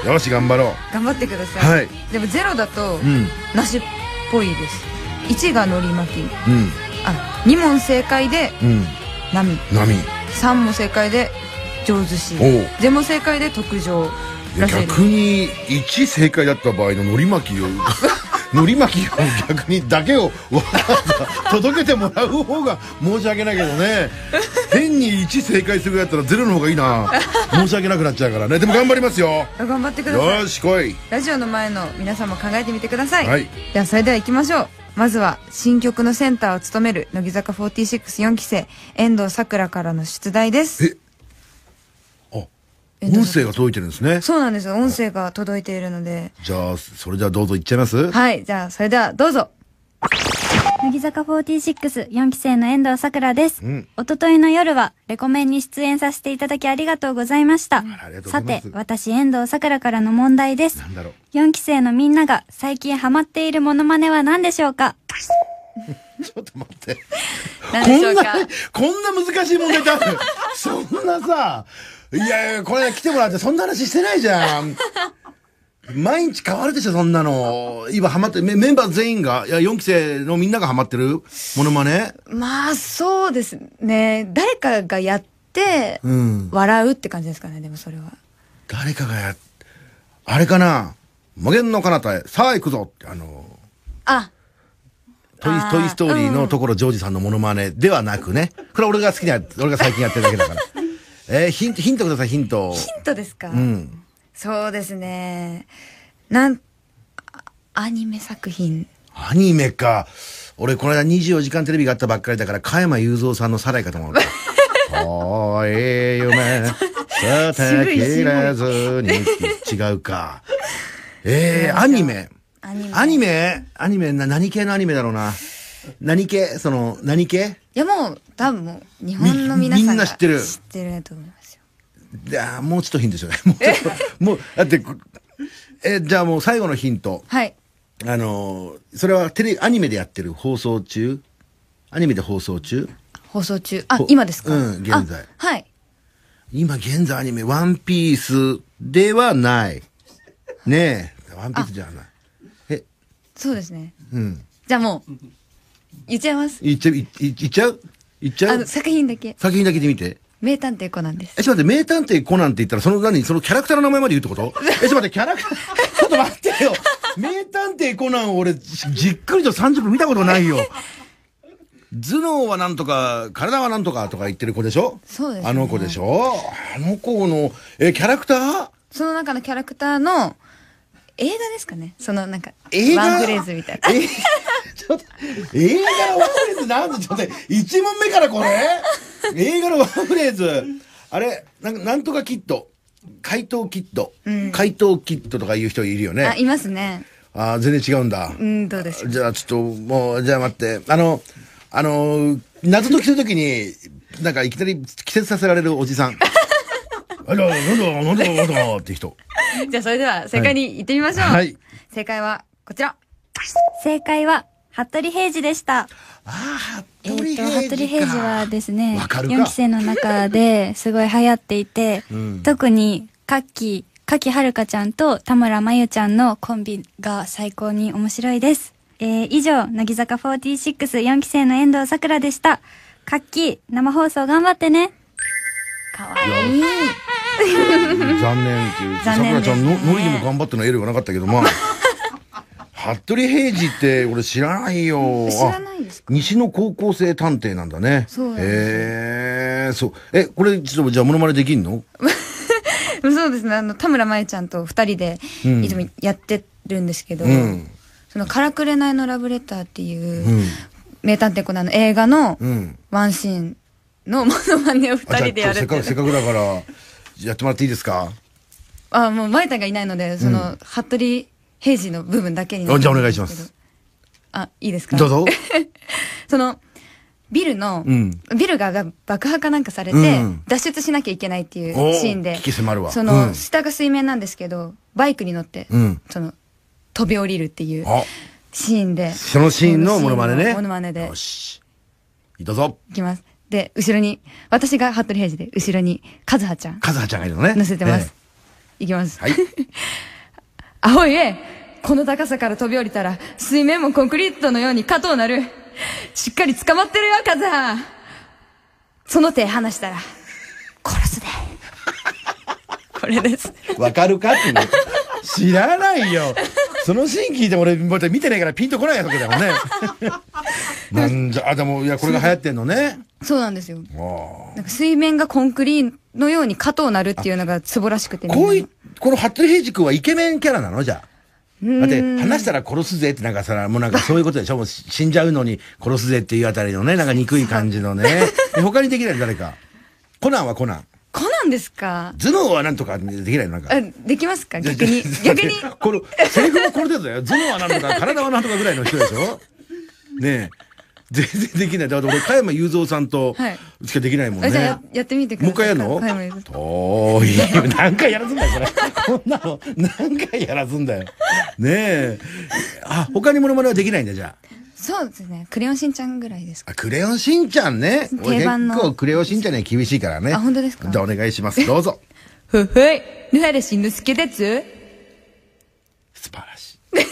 S1: よし頑張ろう
S2: 頑張ってください、
S1: はい
S2: でもゼロだと、
S1: ん
S2: なしっぽいです1がのり巻き
S1: うん
S2: あ2問正解で
S1: うん
S2: 波
S1: 波
S2: 3問正解で上寿司
S1: おう
S2: 全問正解で特上
S1: いや
S2: らしいです
S1: 逆に1正解だった場合ののり巻 きをのり巻きを逆にだけをわざわざ届けてもらう方が申し訳ないけどね変に1正解するぐらいだったらゼロの方がいいな申し訳なくなっちゃうからねでも頑張りますよ
S2: 頑張ってください
S1: よし来い
S2: ラジオの前の皆さんも考えてみてください、
S1: はい
S2: ではそれでは行きましょうまずは新曲のセンターを務める乃木坂464期生遠藤さくらからの出題です
S1: えあ音声が届いてるんですね
S2: そうなんですよ音声が届いているので
S1: じゃあそれではどうぞいっちゃいます
S2: はいじゃあそれではどうぞ
S4: 乃木坂46、4期生の遠藤さくらです。
S1: うん
S4: おとといの夜は、レコメンに出演させていただきありがとうございました
S1: ありがとうご。ざい
S4: さ
S1: ます
S4: て、私、遠藤さくらからの問題です
S1: な。んだろう
S4: 4期生のみんなが最近ハマっているモノマネは何でしょうか
S1: ちょっと待って
S2: 何
S1: こ
S2: でしょ
S1: ん
S2: う
S1: な
S2: か、
S1: こんな難しい問題ってある そんなさ、いやいや、これ来てもらってそんな話してないじゃん。毎日変わるでしょ、そんなの。今ハマって、メメンバー全員が、いや、4期生のみんながハマってるモノマネ
S2: まあそうですね誰かがやって
S1: うん。
S2: 笑うって感じですかねでもそれは
S1: 誰かがや、あれかな無限の彼方へ、さあ行くぞって、あの、
S2: あ
S1: トイ
S2: あー
S1: トイストーリーのところ、ジョージさんのモノマネではなくね。これは俺が好きな、俺が最近やってるだけだ から。えーヒント、ヒントください、ヒント。
S2: ヒントですか、
S1: うん。
S2: そうですねなんあアニメ作品
S1: アニメか。俺、この間24時間テレビがあったばっかりだから、加山雄三さんのサライかと思った。おーい、夢、さて切らずに、違うか。えー、アニメ。
S4: アニメ
S1: アニメアニメな、何系のアニメだろうな。何系その、何系
S2: いやもう、多分もう、日本の皆
S1: み
S2: さんが
S1: みんな知ってる
S2: 知ってると思いますよ。
S1: いやーもうちょっとヒントしようね。もう ちょっと、もう、だって、こえ、じゃあもう最後のヒント。
S2: はい。
S1: あのーそれはテレ、アニメでやってる放送中アニメで放送中
S2: 放送中。あ
S1: ほ、
S2: 今ですか
S1: うん現在
S2: あはい。
S1: 今現在アニメ、ワンピースではない。ねえ、ワンピースじゃない。え、
S2: そうですね。
S1: うん。
S2: じゃあもう、言っちゃいます。
S1: いっちゃう、いいいっちゃういっちゃ
S2: あの、
S1: う
S2: 作品だけ。
S1: 作品だけで見て。
S2: 名探偵コナンです。
S1: え、ちょっと待って、名探偵コナンって言ったら、その何そのキャラクターの名前まで言うってこと え、ちょっと待って、キャラクター、ち ょっと待ってよ名探偵コナンを俺、じじっくりと30分見たことないよ。頭脳はなんとか、体はなんとかとか言ってる子でしょ
S2: そうですね
S1: あの子でしょあの子の、え、キャラクター
S2: その中のキャラクターの、映画ですかねそのなんか、
S1: 映画
S2: ワンフレーズみたいな。
S1: え、 ちょっと、映画のワンフレーズなんでちょっと、一問目からこれ映画のワンフレーズ。あれ、なんかなんとかキット。怪盗キット。怪盗キットとかいう人いるよ
S2: あ、
S1: ね。
S2: いますね。
S1: ああ、全然違うんだ。
S2: うん、どうでしょう。
S1: じゃあちょっと、もう、じゃあ待って。あの、あの、謎解きするときに、なんかいきなり季節させられるおじさん。あら、なんだ、なんだ、なんだって人。
S2: じゃあそれでは正解に行ってみましょう。
S1: はい
S2: 正解はこちら。
S4: 正解は、服部平次でした。
S1: ああ、
S4: えっ、
S1: 服部
S4: と、
S1: 平次か
S4: 服部平次はですね、
S1: わかるか
S4: 4期生の中です ごい流行っていて、特に、かき、かきはるかちゃんと田村まゆちゃんのコンビが最高に面白いです。えー、以上、乃木坂464期生の遠藤さくらでした。かき、生放送頑張ってね。かわいい。
S1: 残念っていう。さ
S4: 残
S1: く
S4: 念
S1: ら
S4: で
S1: ち
S4: す
S1: ゃんの、
S4: ね
S1: ノリにも頑張ってのエールがなかったけど、まあ。 服部平次って俺知らないよ。
S2: 知らないです
S1: あ西の高校生探偵なんだね。
S2: そうなんですよ
S1: へえ、そう。え、これ、ちょっとじゃあモノマネできんの
S2: そうですね。あの、田村まゆちゃんと二人で、
S1: ん
S2: いつもやってるんですけど、
S1: うん
S2: その、からくれないのラブレターっていうう、
S1: ん。
S2: 名探偵コナンの映画の
S1: うん。
S2: ワンシーンのモノマネを二
S1: あ、じゃあ
S2: 人でやる
S1: せ
S2: っ
S1: っか
S2: てい
S1: く、せっ
S2: う。
S1: かくだから、やってもらっていいですか
S2: あ、もうまゆたんがいないので、その、服部平次の部分だけになっ
S1: あじゃあお願い
S2: ち
S1: し
S2: ゃう
S1: ま
S2: んですけど
S1: す。
S2: あ、いいです か
S1: どうぞ。
S2: その、ビルの、
S1: うん
S2: ビルが爆破かなんかされて、
S1: うん
S2: 脱出しなきゃいけないってい
S1: おー
S2: うシーンで、
S1: 危機迫るわ
S2: その、
S1: うん
S2: 下が水面なんですけど、バイクに乗って、
S1: うん
S2: その、飛び降りるっていう
S1: あ、
S2: シーンで、
S1: そのシーンのモノマネね。
S2: モノマネで
S1: よ、し。どうぞ。
S2: いきます。で、後ろに、私が服部平次で、後ろに、和葉ちゃん、
S1: カズハちゃんがいるのね。
S2: 乗せてます。
S1: え
S2: いきます。
S1: え。はい。
S2: 青い絵この高さから飛び降りたら、水面もコンクリートのように加藤なる。しっかり捕まってるよ、カズハその手離したら、殺 すで。これです。
S1: わかるかっていうの。知らないよ。そのシーン聞いても俺、また見てないからピンとこないわけだもんね。なんじゃ、あ、でも、いや、これが流行ってんのね。
S2: そうなんですよ。
S1: あー
S2: なんか水面がコンクリートのように加藤なるっていうのがツボらしくて。
S1: こうい
S2: みん
S1: う、この服部平次君はイケメンキャラなのじゃあ。だって、
S2: な
S1: 話したら殺すぜってなんかさ、もうなんかそういうことでしょもう死んじゃうのに殺すぜっていうあたりのね、なんか憎い感じのね。で他にできないの誰か。コナンはコナン。
S2: コナンですか
S1: 頭脳はなんとかできないのなんか。
S2: あ、できますか 逆に。逆に。
S1: この、セリフはこれ程度だよ。頭脳はなんとか、体はなんとかぐらいの人でしょねえ。全然できない。だから俺、加山雄三さんと
S2: はい、
S1: しかできないもんね。
S2: あじゃあややってみてくだ
S1: もう一回や
S2: さい。
S1: るの
S2: はいもう一回
S1: 遠い よ。何回やらすんだよ、それ。こんなの、何回やらすんだよ。ねえ。あ、他にモノマネはできないんだ、じゃあ。
S2: そうですね。クレヨンしんちゃんぐらいですか
S1: あ、クレヨンしんちゃんね。俺
S4: 定番の
S1: 結構クレヨンしんちゃんには厳しいからね。
S2: あ本当ですか
S1: じゃあお願いします。どうぞ。
S2: ふふい、ぬはれしぬすけでつ
S1: 素晴らしい。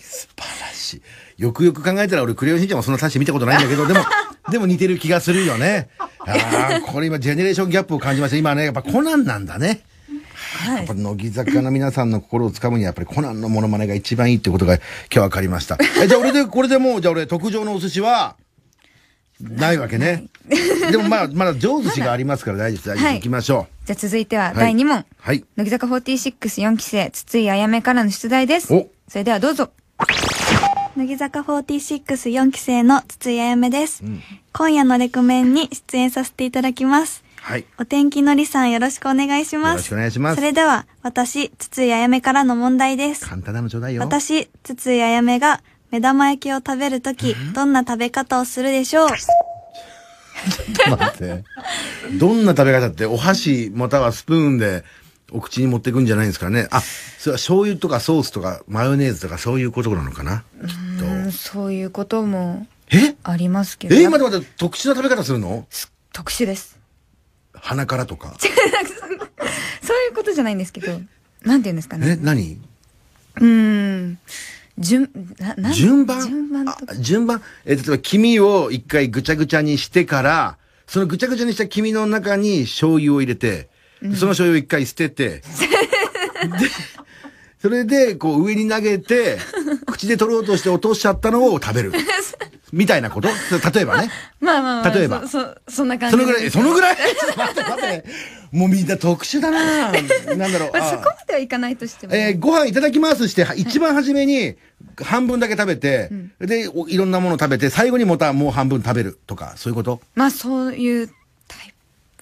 S1: 素晴らしい。よくよく考えたら俺、クレヨンしんちゃんもそんな大して見たことないんだけ ど、でも、でも似てる気がするよね。ああ、これ今、ジェネレーションギャップを感じました。今ね、やっぱコナンなんだね。やっぱ乃木坂の皆さんの心をつかむにはやっぱりコナンのモノマネが一番いいってことが今日分かりました。えじゃあ俺で、これでもう、じゃあ俺特上のお寿司は、ないわけね。でもまあ、まだ上寿司がありますから大丈夫です。大丈夫です。
S2: はい
S1: 行きましょ
S2: じゃあ続いては
S1: う。
S2: 第2問。
S1: はい。
S2: 乃木坂464期生、筒井あやめからの出題です。
S1: お
S2: それではどうぞ。
S4: 乃木坂464期生の筒井あやめです、
S1: うん
S4: 今夜のレコメンに出演させていただきます。
S1: はい。よ
S4: お天気のりさんよろしくお願いします。
S1: ろしくお願いします
S4: そ。れでは、私、筒井あやめからの問題です。
S1: 簡単なのちょうだいよ。
S4: 私、筒井あやめが目玉焼きを食べるとき、どんな食べ方をするでしょう
S1: 待って。どんな食べ方って、お箸またはスプーンでお口に持っていくんじゃないんですかね。あ、それは醤油とかソースとかマヨネーズとかそういうことなのかな。きっと。
S2: うんそういうことも
S1: え
S2: ありますけど。
S1: え、待って待って、特殊な食べ方するの
S2: す特殊です。
S1: 鼻からとか。
S2: そういうことじゃないんですけど、なんて言うんですか
S1: え、
S2: ね。
S1: 何
S2: うーん。順、な、なん
S1: 順番
S2: 順番とか
S1: あ。順番えー例えば黄身を一回ぐちゃぐちゃにしてから、そのぐちゃぐちゃにした黄身の中に醤油を入れて、その醤油を一回捨てて、 で、それで、こう上に投げ て、口で取ろうとして落としちゃったのを食べる。みたいなことそ例えばね。
S2: まあまあまあ。
S1: 例えば
S2: そ、そ、そんな感じ。
S1: そのぐらい、そのぐ らいちょっと待って待って。もうみんな特殊だななんだろう。
S2: まあ、そ
S1: あ
S2: こまではいかないとしても。
S1: えーご飯いただきますして、は一番初めに、半分だけ食べて、で、おいろんなもの食べて、最後にまたもう半分食べるとか、そういうこと
S2: まあ、そういうタイ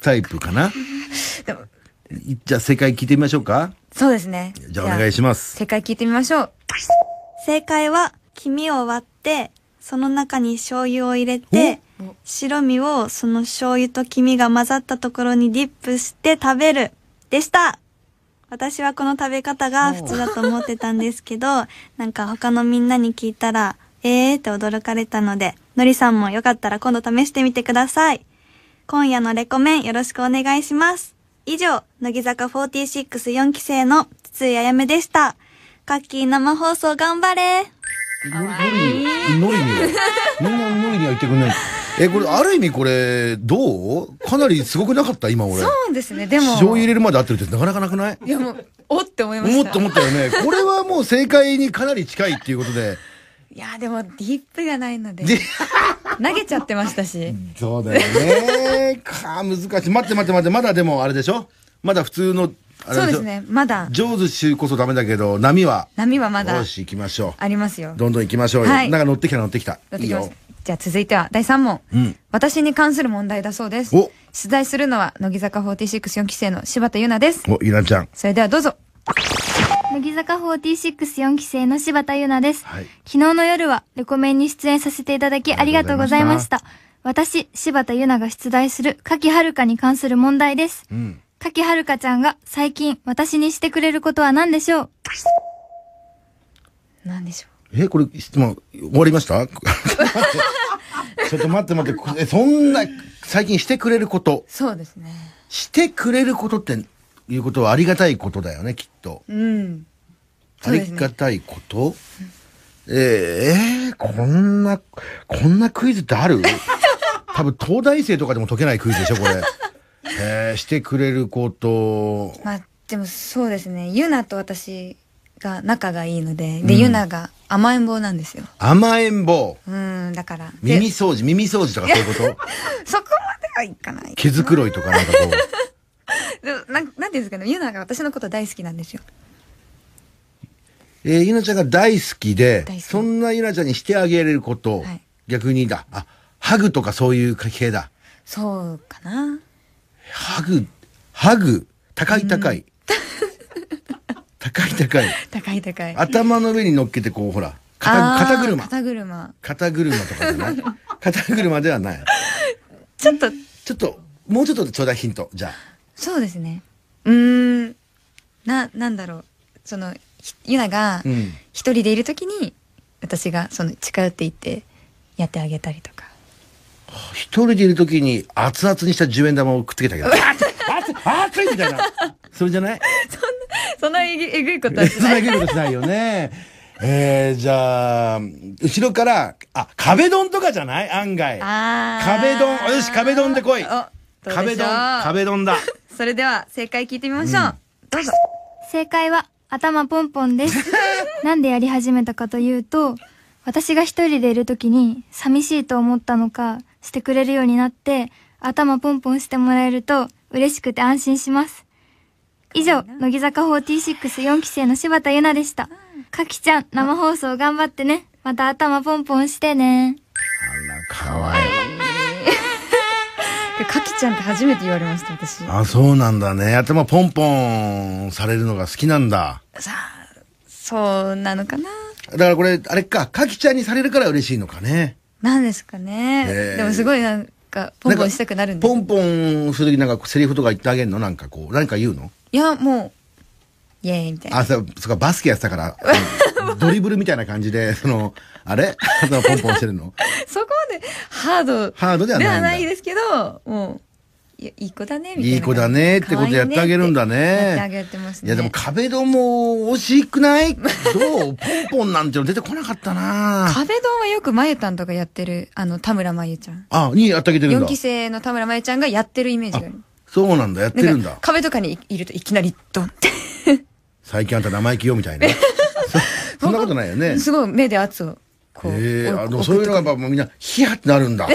S1: タイプかな
S2: プ。でも、
S1: いじゃあ正解聞いてみましょうか
S2: そうですね。
S1: じゃあお願いしま
S2: じゃあ
S1: す。
S2: 正解聞いてみましょう。
S4: 正解は、黄身を割って、その中に醤油を入れて、白身をその醤油と黄身が混ざったところにディップして食べる、でした私はこの食べ方が普通だと思ってたんですけど、 なんか他のみんなに聞いたら、えーって驚かれたので、のりさんもよかったら今度試してみてください。今夜のレコメンよろしくお願いします。以上、乃木坂464期生の筒井あやめでした。カッキー生放送頑張れ
S1: のりに、のりには、みんなのりには言ってくんない。え、これ、ある意味これ、どうかなりすごくなかった今俺。
S2: そうですね。でも。
S1: 醤油入れるまで合ってるってなかなかなくない
S2: いやもう、おって思いま
S1: 思
S2: し。
S1: ったと思ったよね。これはもう正解にかなり近いっていうことで。
S2: いや、でも、ディップがないので。
S1: で
S2: 投げちゃってましたし。
S1: そうだよね。か難しい。待って待って待って、まだでもあれでしょまだ普通の、あれ
S2: そ
S1: し
S2: う
S1: ょ
S2: です。ね。まだ、
S1: 上手しこそダメだけど、波は。
S2: 波はまだ
S1: よし、行きましょ
S2: ありますよ
S1: う。。どんどん行きましょうよ。
S2: はい
S1: なんか乗ってきた乗ってきた。
S2: やっ
S1: い
S2: て
S1: い
S2: きま
S1: よ
S2: す。じゃあ続いては第3問、
S1: ん
S2: 私に関する問題だそうです。
S1: お
S2: 出題するのは、乃木坂464期生の柴田優奈です。
S1: お、ゆなちゃん。
S2: それではどうぞ。
S5: 乃木坂464期生の柴田優奈です、
S1: はい
S5: 昨日の夜はレコメンに出演させていただきありがとうございました私柴田優奈が出題する柿遥に関する問題です、
S1: うん。
S5: 柿遥ちゃんが最近私にしてくれることは何でしょう
S2: なんでしょ
S1: え、これ質問終わりました ちょっと待って待ってこえ、そんな、最近してくれること
S2: う。、そうですね。
S1: してくれることっていうことはありがたいことだよね、きっと。
S2: うん。
S1: ありがたいこと、ええー、こんな、こんなクイズってあ る多分東大生とかでも解けないクイズでしょ、これ。えー、してくれること。
S2: まあ、でもそうですね。優奈と私が仲がいいので、で、優、奈、が甘えん坊なんですよ。
S1: 甘えん坊。
S2: うん、だから。で
S1: 耳掃除、耳掃除とかそういうこ と
S2: そこまではいかない。
S1: 毛づくろいとかなんかこう。
S2: でもなん、なんていうんですかね、ゆなが私のこと大好きなんですよ。
S1: えー、ゆなちゃんが大好きで、
S2: 大好き
S1: そんなゆなちゃんにしてあげれること、
S2: はい
S1: 逆にだ。あ、ハグとかそういう系だ。
S2: そうかな。
S1: ハグ、ハグ、高い高い。高い高い。
S2: 高い高い。
S1: 頭の上に乗っけてこうほら
S2: あ
S1: 肩
S2: ー
S1: 肩車
S2: 肩車。
S1: 肩車とかじゃない肩車ではない
S2: ちょっと、
S1: ちょっともうちょっとちょうだいヒントじゃあ
S2: そうですね。うーん。な、なんだろう。その、ひゆなが
S1: うん、
S2: 一人でいるときに、私がその近寄っていって、やってあげたりとか。
S1: 一人でいる時に熱々にした10円玉をくっつけたけど熱い熱い熱いみたいなそれじゃない
S2: そんなえぐえぐいことはし
S1: そん
S2: な。
S1: ないけることしないよねえー、じゃあ後ろからあ壁ドンとかじゃない案外
S2: あー
S1: 壁ドンよし壁ドンで来い
S2: おどうでしょう
S1: 壁ドン壁ドンだ
S2: それでは正解聞いてみましょう。どうぞ。
S5: 正解は頭ポンポンです なんでやり始めたかというと私が一人でいる時に寂しいと思ったのかしてくれるようになって頭ポンポンしてもらえると嬉しくて安心します以上乃木坂464期生の柴田優奈でしたかきちゃん生放送頑張ってねまた頭ポンポンしてね。
S1: あら、かわいい。
S2: かきちゃんって初めて言われました、私。
S1: あ、そうなんだね。頭ポンポンされるのが好きなんだ。
S2: さあ、そうなのかな
S1: だからこれ、あれか、かきちゃんにされるから嬉しいのかね。
S2: なんですかね。
S1: えー
S2: でもすごいなんか、ポンポンしたくなるんです
S1: ポンポンするときなんかセリフとか言ってあげんのなんかこう、何か言うの
S2: いや、もう、イエーイみたいな。
S1: あ、そう、そっか、バスケやってた から、ドリブルみたいな感じで、その、あれ頭ポンポンしてる の
S2: そこまでハード
S1: ハードではないんだ
S2: ですけど、もう、いやいい子だね、みたいない
S1: い子だねってことやってあげるんだ
S2: やってあ
S1: ね。
S2: げてますね。
S1: いやでも壁ドンも惜しくないどう ポンポンなんての出てこなかったな
S2: 壁ドンはよくまゆたんとかやってる、あの、田村まゆちゃん。
S1: あ、にやってあげてるんだ
S2: 4期。生の田村まゆちゃんがやってるイメージがある。
S1: そうなんだ、やってる
S2: なんん
S1: だ
S2: か。壁とかにいるといきなりドンって。
S1: 最近あんた生意気よみ たいな。そそんなことないよね。
S2: すごい目で圧を、こう。
S1: ええ
S2: お
S1: あでもそういうのがやっぱもうみんな、ヒヤってなるんだ。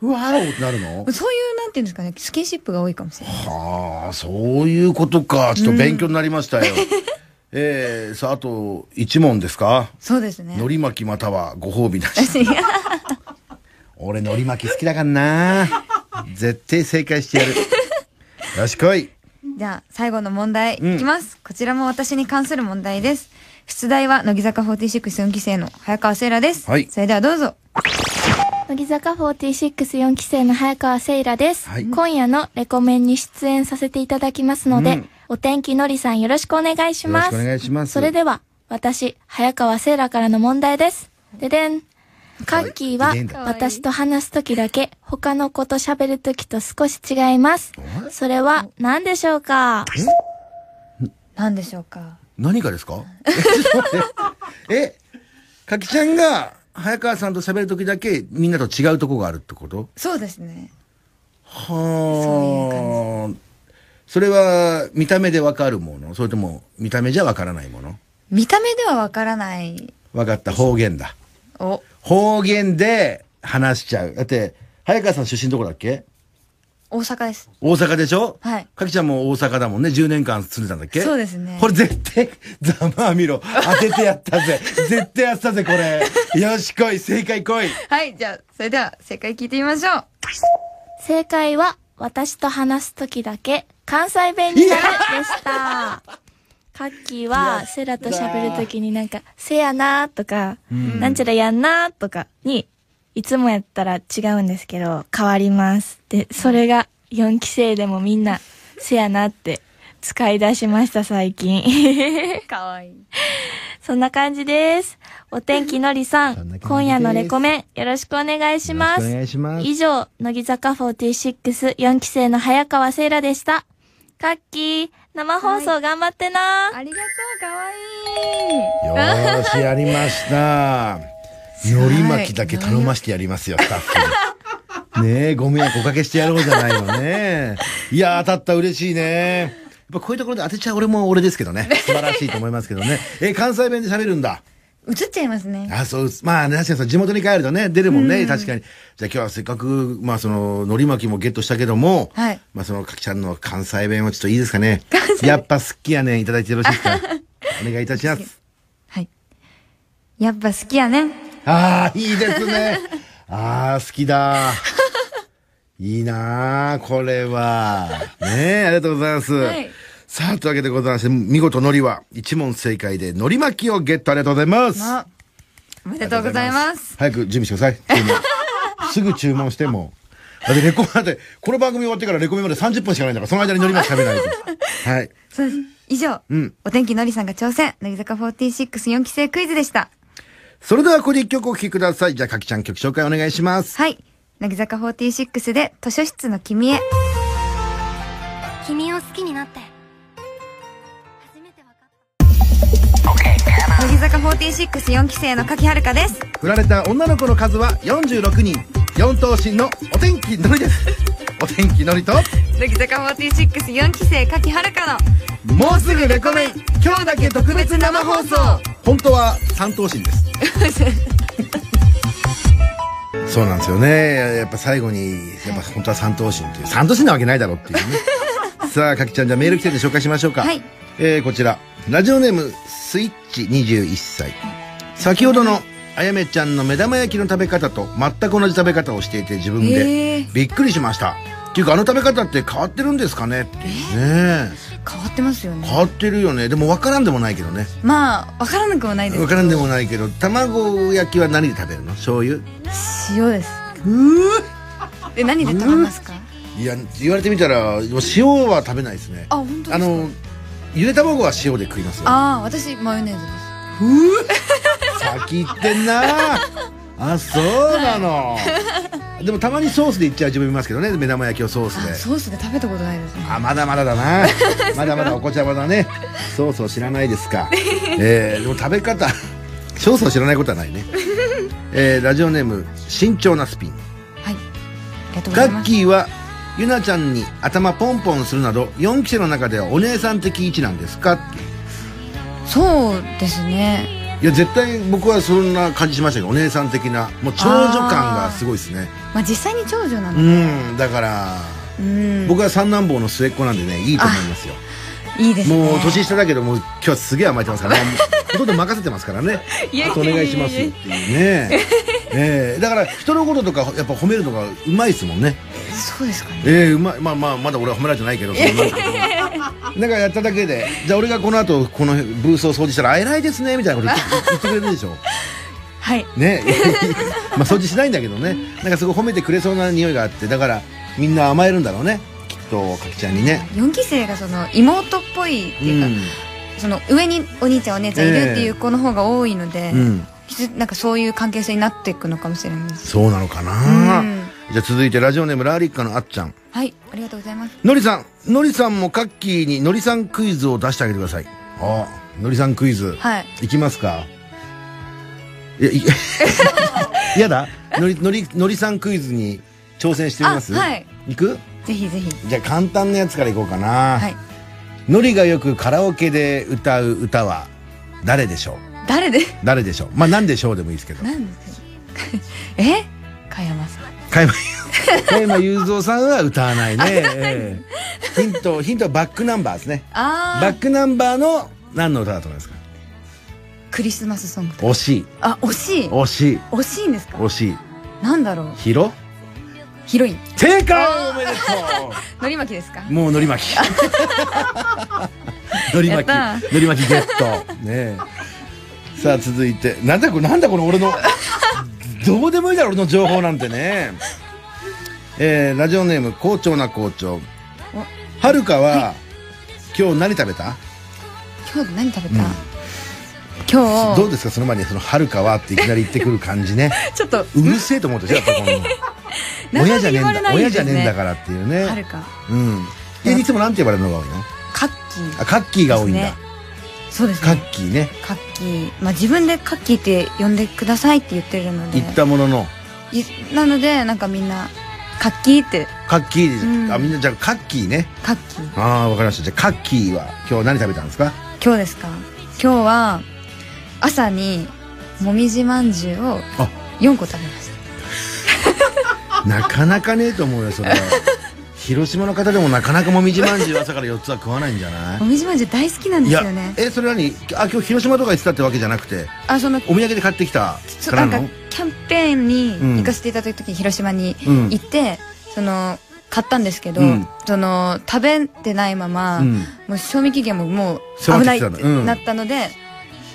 S1: うわーおってなる の
S2: そういう、なんていうんですかね、スキンシップが多いかもしれない。
S1: はあ、そういうことか。ちょっと勉強になりましたよ。 ええさあ、あと、一問ですか
S2: そうですね。
S1: 海 苔巻きまたはご褒美なし。俺海苔巻き好きだからな。絶対正解してや る。よし来い。
S2: じゃあ、最後の問題
S1: うん
S2: いきます、こちらも私に関する問題です。出題は、乃木坂46 4期生の早川聖羅です。
S1: はい
S2: それではどうぞ。
S6: 乃木坂464期生の早川せいらです、
S1: はい
S6: 今夜のレコメンに出演させていただきますので、
S1: うん
S6: お天気のりさんよろしくお願いしま
S1: よ
S6: す。
S1: ろしくお願いします
S6: それでは、私、早川せいらからの問題です。ででん。カッキーは
S1: ででんだ
S6: 私と話すときだけ他の子と喋るときと少し違います。それは何でしょうか
S2: 何でしょうか。
S1: 何がですか えちょっと待ってえ、かきちゃんが早川さんと喋るときだけみんなと違うとこがあるってこと
S2: そうですね。
S1: はあ。それは見た目でわかるものそれとも見た目じゃわからないもの
S2: 見た目ではわからない。
S1: わかった。方言だ。
S2: お、
S1: 方言で話しちゃう。だって、早川さん出身どこだっけ
S2: 大阪です。
S1: 大阪でしょ
S2: はい
S1: かきちゃんも大阪だもんね。10年間住んでたんだっけ
S2: そうですね
S1: これ絶対、ざまあみろ。当ててやった ぜ。絶対やったぜ、これ。よし、来い。正解来い。
S2: はい、じゃあ、それでは正解聞いてみましょう。
S6: 正解は私と話すときだけ関西弁になるでした。 カッキーはセラと喋るときになんか、せやなーとか、なんちゃらやんなーとかに、いつもやったら違うんですけど、変わります。で、それが4期生でもみんな、せやなって使い出しました最 近。
S2: かわいい。
S6: そんな感じです。お天気のりさ、
S1: そんなん感じです
S6: 今夜のレコメンよろしくお願いします。
S1: よろしくお願いします
S6: 以上、乃木坂464期生の早川せいらでした。カッキー、生放送頑張ってな、
S2: ありがとう、かわいい。
S1: よーし、やりました。のり巻きだけ頼ましてやりますよ、スタッ フに。ねえ、ご迷惑おかけしてやろうじゃないのね。いやー、当たった、嬉しいね。やっぱこういうところで当てちゃう俺も俺ですけどね。素晴らしいと思いますけどね。え、関西弁で喋るんだ。
S2: 映っちゃいますね。
S1: あ、そう、まあね、確かにそう地元に帰るとね、出るもんね、確かに。じゃあ今日はせっかく、まあその、海苔巻きもゲットしたけども、
S2: はい
S1: まあその、かきちゃんの関西弁はちょっといいですかね。やっぱ好きやねん、いただいてよろしい ですか。お願いいたします。
S2: はい。やっぱ好きやねん。
S1: ああ、いいですね。ああ、好き だ。いいなあ、これは。ねえ、ありがとうございます。
S2: はい
S1: さあ、というわけでございまして、見事のりは一問正解で、のり巻きをゲットありがとうございます。
S2: あ、おめでとうございます。。
S1: 早く準備してください。注文すぐ注文しても。だってレコだって、この番組終わってからレコメまで30分しかないんだから、その間に乗ります食べないと。はい。
S2: そうです。以上、
S1: ん
S2: お天気のりさんが挑戦、乃木坂464期生クイズでした。
S1: それではここで一曲お聴きください。じゃあ、かきちゃん曲紹介お願いします。
S2: はい。乃木坂46で図書室の君へ。
S5: 君を好きになって。初めてわかった。
S2: 乃木坂464期生の柿遥香です。
S1: 振られた女の子の数は46人。4頭身のお天気のりです。お天気のりと、
S2: 乃木坂464期生柿遥香の。
S1: もうすぐレコメン今日だけ特別生放送本当は三頭身です そうなんですよねやっぱ最後にやっぱ本当は三頭身という三頭身なわけないだろうっていう ねさあかきちゃんじゃあメール来てるんで紹介しましょうか
S2: はい
S1: えーこちらラジオネームスイッチ21歳先ほどのあやめちゃんの目玉焼きの食べ方と全く同じ食べ方をしていて自分
S2: え
S1: で
S2: ー
S1: びっくりしました、っていうかあの食べ方って変わってるんですかねってね
S2: 変わってますよ
S1: え
S2: ね
S1: 変わってるよねでも分からんでもないけどね
S2: まあわからなくもないです
S1: 分からんでもないけど卵焼きは何で食べるの醤油
S2: 塩ですえ何で食べますか
S1: いや言われてみたらでも塩は食べないですね
S2: あ本当
S1: あのゆで卵は塩で食いますよ
S2: ああ私マヨネーズで
S1: 先行ってんなあそうなのでもたまにソースでいっちゃう自分いますけどね目玉焼きをソースです
S2: ソースで食べたことないですね
S1: あまだまだだなまだまだお子ちゃまだねソースを知らないですかえー、でも食べ方ソースを知らないことはないね、えー、ラジオネーム慎重なスピン
S2: はいありがとうご
S1: ガ
S2: ざいま
S1: ッ
S2: す
S1: キーはゆなちゃんに頭ポンポンするなど4期生の中ではお姉さん的位置なんですかって
S2: そうですね
S1: いや絶対僕はそんな感じしましたけどお姉さん的なもう長女感がすごいですね
S2: まあ実際に長女な
S1: う
S2: の
S1: んだから、
S2: うん
S1: 僕は三男坊の末っ子なんでねいいと思いますよ
S2: いいですね
S1: もう年下だけどもう今日はすげえ甘えてますから、 ね、ほとんど任せてますからねあとお願いしますよっていうねええだから人のこととかやっぱ褒めるのがうまいですもんね
S2: そうですかね
S1: ええうまいまあまあまだ俺は褒められてないけどそのなん かなんかやっただけでじゃあ俺がこの後このブースを掃除したら会えないですねみたいなこと言って言ってくれるでしょ
S2: はい
S1: ね まあ掃除しないんだけどねなんかすごい褒めてくれそうな匂いがあってだからみんな甘えるんだろうねきっとかきちゃんにね
S2: 4期生がその妹っぽいっていうか、その上にお兄ちゃんお姉ちゃんいるっていう子の方が多いので、
S1: うん、うん、
S2: きつなんかそういう関係性になっていくのかもしれないです
S1: そうなのかな、
S2: うん
S1: じゃあ続いてラジオネームラーリッカのあっちゃん
S2: はいありがとうございます
S1: のりさんのりさんもカッキーにのりさんクイズを出してあげてくださいああのりさんクイズ
S2: はい
S1: いきますかいやい やだのりのりのりさんクイズに挑戦してみます
S2: あはい
S1: 行く
S2: ぜひぜひ
S1: じゃあ簡単なやつからいこうかな
S2: はい
S1: のりがよくカラオケで歌う歌は誰でしょう
S2: 誰で
S1: 誰でしょうまあ何でしょうでもいいですけど
S2: 何ですか え加山さん
S1: 加山加山雄三さんは 歌わないね、ええヒントヒントはバックナンバーですね
S2: あ
S1: バックナンバーの何の歌だと思いますか
S2: ークリスマスソング
S1: 惜しい
S2: あ惜しい
S1: 惜しい
S2: 惜しいんですか
S1: 惜しい
S2: なんだろう
S1: ヒロ
S2: ヒロイン
S1: 正解おめでと
S2: のり巻きですか
S1: うもうのり巻き のり
S2: やっ
S1: 巻き
S2: た
S1: のり巻きゲットねえさあ続いてなんだこれなんだこの俺 のどうでもいいだろ俺の情報なんてねえー、ラジオネーム校長な校長はるかは、今日何食べた
S2: 今日何食べた、今
S1: どう
S2: 日
S1: ですかその前にそのはるかはっていきなり言ってくる感じね
S2: ちょっと
S1: うるせえと思うでしょやっ ぱこの親じゃねえん
S2: なかなか言われ
S1: だ
S2: ない
S1: 親
S2: ですね
S1: じゃねえんだからっていうね
S2: はるか
S1: うん。で、いつもなんて呼ばれるのが多いの
S2: カッキー
S1: あ、カッキーが多いんだ。
S2: ですねそうです
S1: カ
S2: ね
S1: ッキーね。
S2: カッキーまあ自分でカッキーって呼んでくださいって言ってるので
S1: 言ったものの、
S2: いなのでなんかみんなカッキーって
S1: カッキー、
S2: うん
S1: あ、みんなじゃあカッキーね。
S2: カッキー
S1: ああ、わかりました。じゃあカッキーは今日何食べたんです か
S2: 今日ですか今日は朝にもみじまんじゅうを
S1: あ
S2: 4個食べまし
S1: なかなかねえと思うよ、そ れ。広島の方でもなかなかもみじまんじゅう朝から4つは食わないんじゃな
S2: たもみじまんじゅう大好きなん
S1: いい
S2: です
S1: や
S2: よね、
S1: え、それ何あ、今日広島とか行ってたってわけじゃなくて、
S2: あその
S1: お土産で買ってきた
S2: そ
S1: か
S2: な
S1: ら
S2: んか
S1: の
S2: キャンペーン
S1: うん
S2: に行かせていただいた時、広島に
S1: うん
S2: 行って、その買ったんですけど、
S1: うん
S2: その食べてないまま、
S1: うん
S2: もう賞味期限ももう
S1: 迫
S2: 危
S1: っ
S2: な
S1: て
S2: い
S1: きた
S2: っ
S1: の
S2: て
S1: うん
S2: なったので、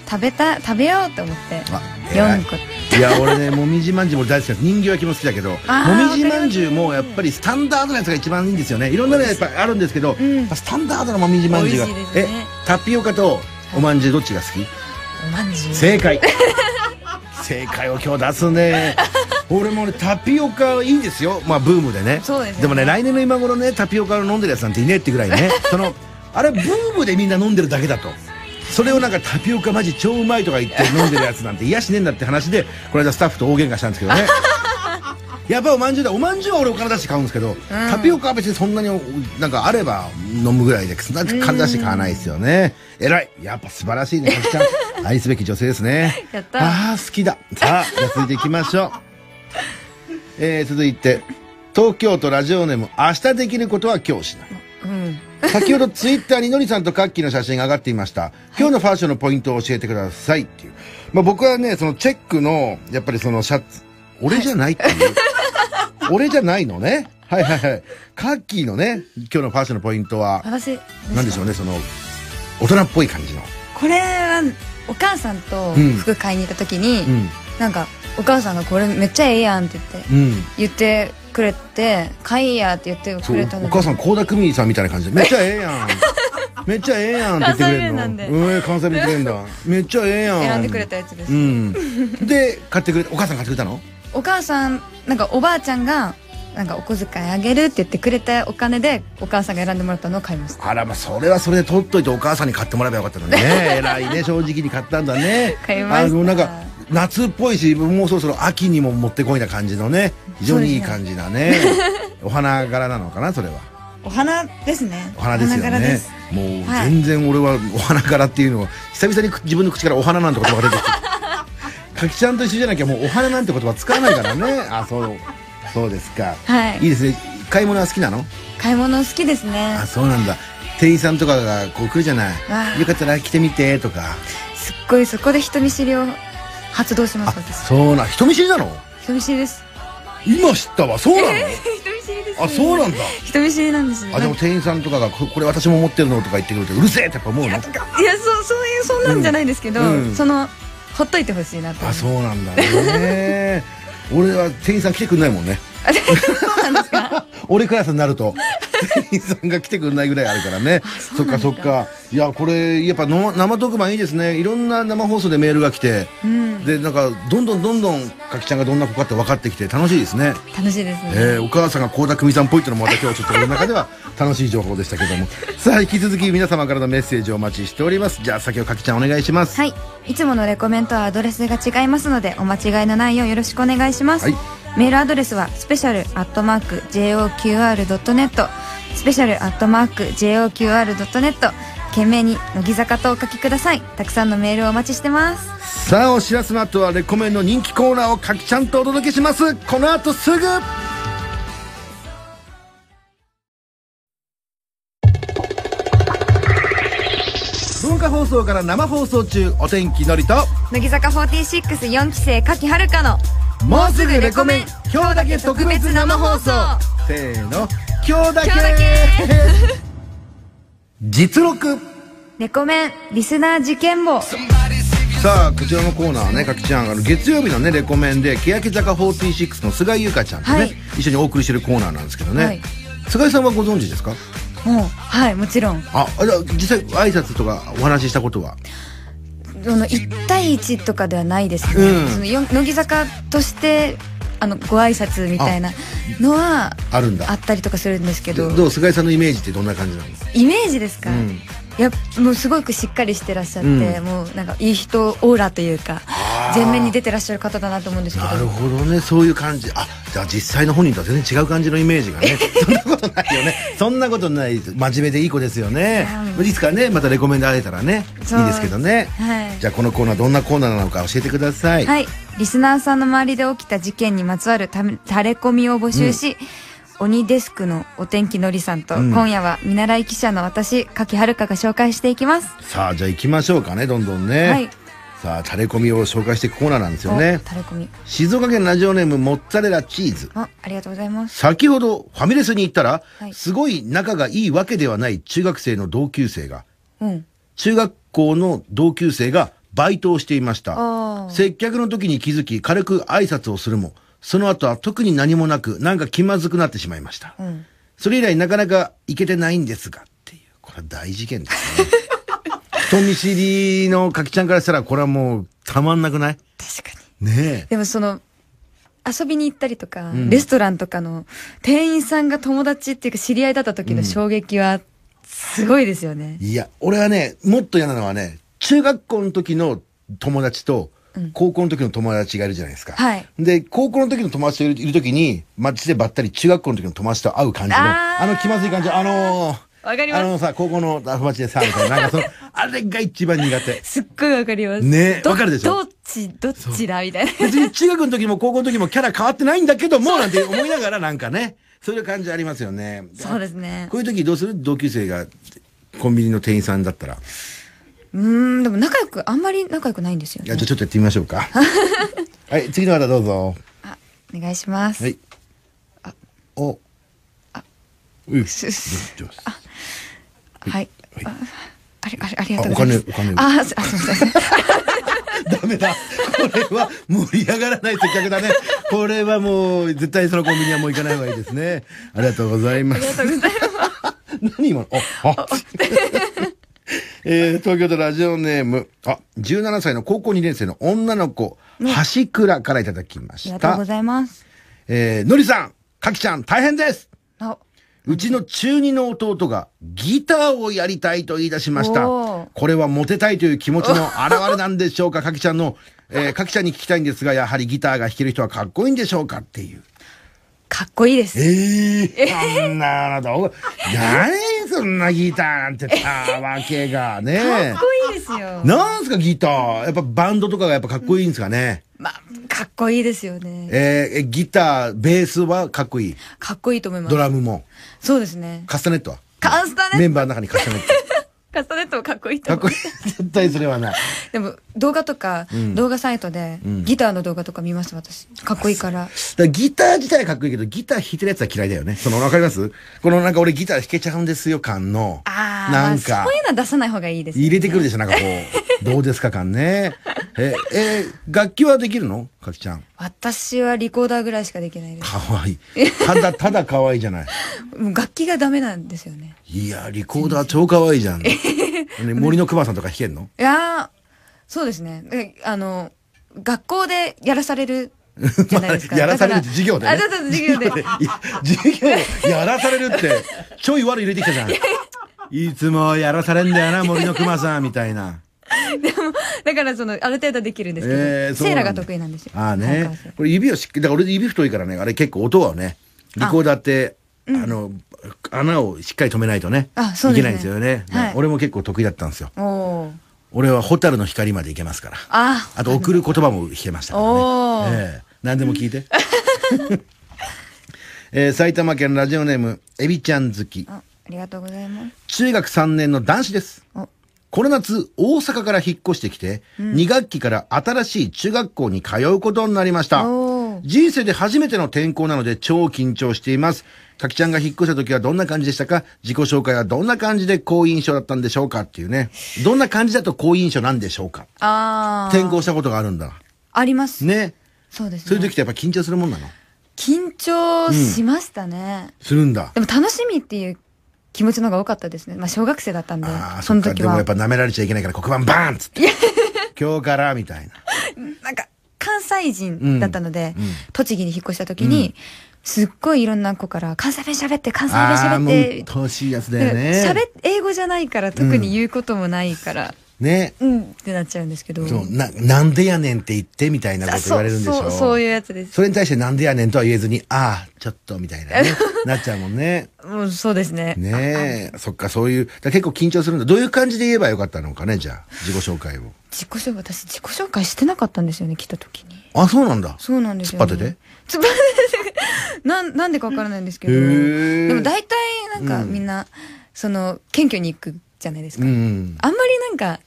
S2: 食べた食べようと思って
S1: あ偉い
S2: 4個
S1: いや俺ねもみじまんじゅうも大好きです人形焼きも好きだけども
S2: あー
S1: みじまんじゅうもやっぱりスタンダードなやつが一番いいんですよねいろんなのやっぱあるんですけど、
S2: ん
S1: スタンダードなもみじまんじゅうが、
S2: 美味しいで
S1: え
S2: すね
S1: タピオカとおまんじゅうどっちが好き
S2: おまんじゅう
S1: 正解正解を今日出すね俺もねタピオカいいですよまあブームでね
S2: そうですよね
S1: もね来年の今頃ねタピオカを飲んでるやつなんていねえってぐらい ねそのあれブームでみんな飲んでるだけだとそれをなんかタピオカマジ超うまいとか言って飲んでるやつなんて癒やしねえんだって話でこの間スタッフと大喧嘩したんですけど ねやっぱおまんじゅうだおまんじゅうは俺お金出して買うんですけど、タピオカは別にそんなになんかあれば飲むぐらいでそんなに金出して買わないですよね偉いやっぱ素晴らしいねかきちゃん愛すべき女性ですね
S2: やった
S1: ああ好きださあじゃあ続いていきましょうえー、続いて東京都ラジオネーム明日できることは今日しない
S2: うん
S1: 先ほどツイッターにのりさんとカッキーの写真が上がっていました。今日のファッションのポイントを教えてくださいっていう。まあ僕はね、そのチェックの、やっぱりそのシャツ、俺じゃないっていう。俺じゃないのね。はいはいはい。カッキーのね、今日のファッションのポイントは、
S2: 私
S1: なんでしょうね、その、大人っぽい感じの。
S2: これはお母さんと
S1: うん
S2: 服買いに行った時に、
S1: うん。
S2: なんかお母さんが「これめっちゃええやん」って言って
S1: うん。
S2: 言ってくれて「買いや」って言って
S1: そ
S2: く
S1: う
S2: れた
S1: お
S2: の
S1: 母さん倖田來未さんみたいな感じで「めっちゃええやん」「めっちゃええやん」って言ってくれる
S2: 関西弁なんで
S1: のうん関西弁言ってくれるんだめっちゃええやん
S2: 選んでくれたやつです、
S1: うんで買ってくれお母さん買ってくれたの
S2: お母さんなんかおばあちゃんがなんかお小遣いあげるって言ってくれたお金でお母さんが選んでもらったのを買いました
S1: あらまあそれはそれで取っといてお母さんに買ってもらえばよかったのに ね偉いね正直に買ったんだね
S2: 買いました
S1: あのなんか夏っぽいしもうそろそろ秋にももってこいな感じのね非常にいい感じだ ねお花柄なのかなそれは
S2: お花ですね
S1: お花ですよ
S2: お柄
S1: ね
S2: す
S1: もう
S2: はい
S1: 全然俺はお花柄っていうのは久々にく自分の口からお花なんて言葉が 出てきてかきちゃんと一緒じゃなきゃもうお花なんて言葉使わないからねあそうそうですか
S2: はい
S1: いいですね買い物は好きなの
S2: 買い物好きですね
S1: あそうなんだ店員さんとかがこう来るじゃな
S2: わあ
S1: いよかったら来てみてとか
S2: すっごいそこで人見知りを発動しま
S1: あ
S2: す私
S1: そうなん人見知りなの
S2: 人見知りです
S1: 今知ったわそうなのあそうなんだ
S2: 人見知りなんですね
S1: あでも店員さんとかがここれ私も持ってるのとか言ってくるとうるせえってやっぱ思うの
S2: いやそうそういうそんなんじゃないですけど、
S1: うんうん
S2: そのほっといてほしいなと
S1: あそうなんだね俺は店員さん来てくんないもんね 俺クラスになると店員さんが来てくんないぐらいあるからねそっかそっかいやこれやっぱの生特番いいですねいろんな生放送でメールが来て、でなんかどんどんどんどんかきちゃんがどんな子かって分かってきて楽しいですね、
S2: 楽しいですね、
S1: えーお母さんが倖田來未さんっぽいっていうのもまた今日ちょっと俺の中では楽しい情報でしたけどもさあ引き続き皆様からのメッセージをお待ちしておりますじゃあ先ほどかきちゃんお願いします
S2: はい。いつものレコメントはアドレスが違いますので、お間違いのないようよろしくお願いします。
S1: はい
S2: メールアドレスは、スペシャルアットマーク JOQR.net、スペシャルアットマーク JOQR.net、懸命に乃木坂とお書きください。たくさんのメールをお待ちしてます。
S1: さあお知らせの後はレコメンの人気コーナーをかきちゃんとお届けしますこの後すぐ文化放送から生放送中お天気のりと
S2: 乃木坂464期生、柿遥香の、
S1: もうすぐレコメン今日だけ特別生放送せーの今日だけ
S2: 今日だけ
S1: 実録
S2: レコメン、リスナー事件簿。
S1: さあこちらのコーナーはねかきちゃんあの月曜日のねレコメンで欅坂46の菅井優香ちゃんとね、
S2: はい
S1: 一緒にお送りしてるコーナーなんですけどね、
S2: はい
S1: 菅井さんはご存知ですか
S2: もう、はい、もちろん。
S1: ああじゃあ実際挨拶とかお話ししたことは
S2: その1対1とかではないですけど、
S1: うん
S2: そのよ乃木坂としてあのご挨拶みたいなのは
S1: あるんだ
S2: あったりとかするんですけど
S1: どう菅井さんのイメージってどんな感じなの
S2: イメージですか、
S1: うん
S2: いやもうすごくしっかりしてらっしゃって、
S1: うん
S2: もうなんかいい人オーラというか前面に出てらっしゃる方だなと思うんですけど
S1: なるほどねそういう感じあじゃあ実際の本人とは全然違う感じのイメージがね そんなことないよねそんなことない真面目でいい子ですよねいつかねまたレコメンで会えたらねいい
S2: そう
S1: ですけどね、
S2: はい
S1: じゃあこのコーナーどんなコーナーなのか教えてください、
S2: はいリスナーさんの周りで起きた事件にまつわるたタレコミを募集し、鬼デスクのお天気のりさんと、
S1: うん
S2: 今夜は見習い記者の私柿遥香が紹介していきます
S1: さあじゃあ行きましょうかねどんどんね、
S2: はい
S1: さあタレコミを紹介していくコーナーなんですよね
S2: おタレコミ
S1: 静岡県ラジオネームモッツァレラチーズ
S2: あありがとうございます
S1: 先ほどファミレスに行ったら、
S2: はい
S1: すごい仲がいいわけではない中学生の同級生が
S2: うん
S1: 中学校の同級生がバイトをしていました
S2: あー
S1: 接客の時に気づき軽く挨拶をするもその後は特に何もなくなんか気まずくなってしまいました、
S2: ん
S1: それ以来なかなか行けてないんですがっていうこれは大事件ですね 人見知りのかきちゃんからしたらこれはもうたまんなくない
S2: 確かに
S1: ねえ
S2: でもその遊びに行ったりとか、レストランとかの店員さんが友達っていうか知り合いだった時の衝撃はすごいですよね、
S1: いや、俺はね、もっと嫌なのはね、中学校の時の友達と、高校の時の友達がいるじゃないですか。
S2: はい
S1: で、高校の時の友達といるいる時に、街でばったり中学校の時の友達と会う感じの、
S2: あ
S1: あ
S2: ー
S1: の気まずい感じ、あのー
S2: わかりま
S1: あ
S2: す
S1: のさ、高校の友達でさ、みたいな、なんかその、あれが一番苦手。
S2: すっごいわかります。
S1: ね
S2: ど
S1: わかるでしょ
S2: どっち、どっちだみたいな。
S1: 別に中学の時も高校の時もキャラ変わってないんだけども、なんて思いながらなんかね、そういう感じありますよね。
S2: そうですね。
S1: こういう時どうする同級生がコンビニの店員さんだったら。
S2: うーん、でも仲良く、あんまり仲良くないんですよ
S1: い
S2: ね
S1: や、じゃあ。ちょっとやってみましょう か。はい、次の方どうぞ。
S2: あ、お願いします。
S1: はい。あ、お。あ、うい。
S2: すす
S1: どうぞ
S2: はい。ああり、あり、あり
S1: あ
S2: がとうございます。
S1: お金お
S2: あ、すあすいません。
S1: ダメだ。これは盛り上がらない接客だね。これはもう、絶対そのコンビニはもう行かない方がいいですね。ありがとうございます。ありがとうございます。何今のあ、あ。 えー、東京都ラジオネーム、あ、17歳の高校2年生の女の子、橋倉からいただきま
S2: あり
S1: し
S2: がとうご
S1: た。
S2: ざいます。
S1: えー、のりさん、かきちゃん、大変です
S2: あ、
S1: うちの中二の弟がギターをやりたいと言い出しました。
S2: おー
S1: これはモテたいという気持ち の表れなんでしょうか、かきちゃんの、えー、かきちゃんに聞きたいんですが、やはりギターが弾ける人はかっこいいんでしょうかっていう。
S2: かっこいいです。
S1: ええー、そんなあなた、お何そんなギターなん てたわけがね
S2: かっ。こいいですよ。
S1: なんすかギターやっぱバンドとかがやっぱかっこいいんですかね、
S2: まあ、かっこいいですよね。
S1: えーえ、ギター、ベースはかっこいい。
S2: かっこいいと思います
S1: ド。ラムも。
S2: そうですね。
S1: カスタネットは
S2: カスタネ
S1: メ
S2: ッ
S1: ンバーの中にカスタ ネット。
S2: ト、カスタネットもかっこいいと
S1: かっ
S2: 思う
S1: こいい。絶対それはない。
S2: でも、動画とか、動画サイトで、ギターの動画とか見ます、私。かっこいいから。
S1: だからギター自体はかっこいいけど、ギター弾いてるやつは嫌いだよね。その、わかりますこのなんか俺ギター弾けちゃうんですよ感の。
S2: あー
S1: なんか
S2: そう、いうのは出さない方がいいです、ね。
S1: 入れてくるでしょ、なんかこ う。どうですか感ね。え、え、楽器はできるのかきちゃん。
S2: 私はリコーダーぐらいしかできないです。
S1: かわいい。ただ、ただかわいいじゃない。
S2: もう楽器がダメなんですよね。
S1: いや、リコーダー超かわいいじ ゃん。ね、森の熊さんとか弾けんの
S2: いやー、そうですね。えあの、学校でやらされるじゃない ですか。
S1: やらされる
S2: だから
S1: 授業でね
S2: あ、そうそう、授業 で。
S1: いや授業やらされるって、ちょい悪い入れてきたじゃん。いつもやらされんだよな、森の熊さん、みたいな。
S2: だからその、ある程度できるんですけど、
S1: えーそう
S2: セ
S1: なん
S2: ー
S1: だ
S2: ラが得意なんですよ。
S1: ああ
S2: 早川
S1: ね
S2: さん。
S1: これ指をしっかり、だから俺指太いからね、あれ結構音はね、リコーダーって、あの、穴をしっかり止めないとね、
S2: あそう
S1: いけ
S2: ですね
S1: ないんですよね、
S2: はい
S1: ね俺も結構得意だったんですよ。
S2: おー。
S1: 俺は蛍の光までいけますから。
S2: あ
S1: あと、送る言葉も弾けましたから
S2: おー
S1: ね。ええ何でも聞い て。えー埼玉県ラジオネーム、エビちゃん好き。
S2: あ、ありがとうございます。
S1: 中学3年の男子です
S2: お。
S1: この夏、大阪から引っ越してきて、2学期から新しい中学校に通うことになりました
S2: おー。
S1: 人生で初めての転校なので超緊張しています。かきちゃんが引っ越した時はどんな感じでしたか自己紹介はどんな感じで好印象だったんでしょうかっていうね。どんな感じだと好印象なんでしょうか
S2: あー。
S1: 転校したことがあるんだ。
S2: あります。
S1: ね。
S2: そうです
S1: そう
S2: ね。
S1: いう時ってやっぱ緊張するもんなの
S2: 緊張しましたね。
S1: するんだ。
S2: でも楽しみっていう気持ちの方が多かったですね。まあ小学生だったんで
S1: ああ、、
S2: そ
S1: そっ
S2: の
S1: か。で
S2: 時
S1: もや
S2: は
S1: っ。ぱ舐められちゃいけないから黒板バーンっつっ て。今日からみたいな。
S2: なんか、関西人だったので、
S1: うんうん
S2: 栃木に引っ越した時に、すっごいいろんな子から、関西弁喋って、 関西弁
S1: ああー、
S2: 喋
S1: も
S2: って、
S1: う、楽しいやつだ
S2: だ
S1: よ
S2: から
S1: ね。
S2: 喋っ英語じゃないから特に言うこともないから、
S1: ね。
S2: うん、ってなっちゃうんですけど。
S1: そう、な、なんでやねんって言ってみたいなこと言われるんでしょ。
S2: そう、そうそういうやつです。
S1: それに対してなんでやねんとは言えずに、ああ、ちょっとみたいなね。 なっちゃうもんね。
S2: もうそうですね。
S1: ねえ、そっか、そういう、だから結構緊張するんだ。どういう感じで言えばよかったのかね、じゃあ、自己紹介を。
S2: 自己紹介、私自己紹介してなかったんですよね、来た時に。
S1: あ、そうなんだ。
S2: そうなんですよ、ね。
S1: 突っ張ってて
S2: 突っ張ってて。なん、なんでかわからないんですけど。
S1: へー
S2: でも大体なんかみんな、その、謙虚に行くじゃないです
S1: う
S2: か。
S1: ん。
S2: あんまりなんか、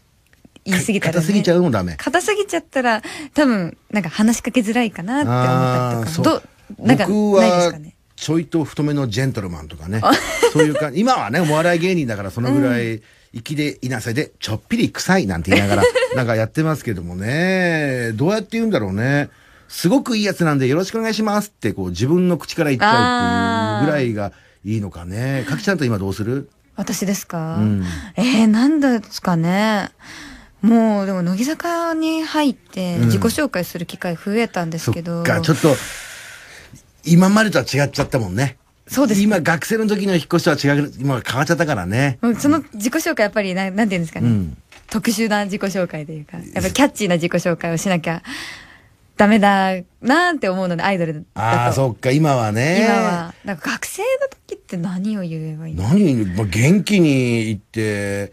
S2: 言い過ぎたら、ね。
S1: 硬すぎちゃうのダメ。
S2: 硬すぎちゃったら、多分、なんか話しかけづらいかなって思ったりとか。どう、なんか、
S1: 僕
S2: ないです
S1: は
S2: かね。
S1: ちょいと太めのジェントルマンとかね。 そういう感じ。今はね、お笑い芸人だからそのぐらい、粋でいなせで、ちょっぴり臭いなんて言い ながら、なんかやってますけどもね。どうやって言うんだろうね。すごくいいやつなんでよろしくお願いしますって、こう自分の口から言っちゃうっていうぐらいがいいのかね。かきちゃんと今どうする
S2: 私ですか、
S1: うん
S2: えー、なんですかね。もう、でも、乃木坂に入って、自己紹介する機会増えたんです
S1: そ
S2: けど。
S1: っか、ちょっと、今までとは違っちゃったもんね。
S2: そうですね
S1: 今、学生の時の引っ越しとは違う、今変わっちゃったからね。
S2: うんその自己紹介やっぱりな、なんて言うんですかね。
S1: うん
S2: 特殊な自己紹介というか、やっぱりキャッチーな自己紹介をしなきゃダメだなーって思うので、アイドル
S1: あ
S2: だ
S1: あ、
S2: と。
S1: そっか、今はね。
S2: 今は、なんか学生の時って何を言えばいいの
S1: 何、まあ、元気に言って、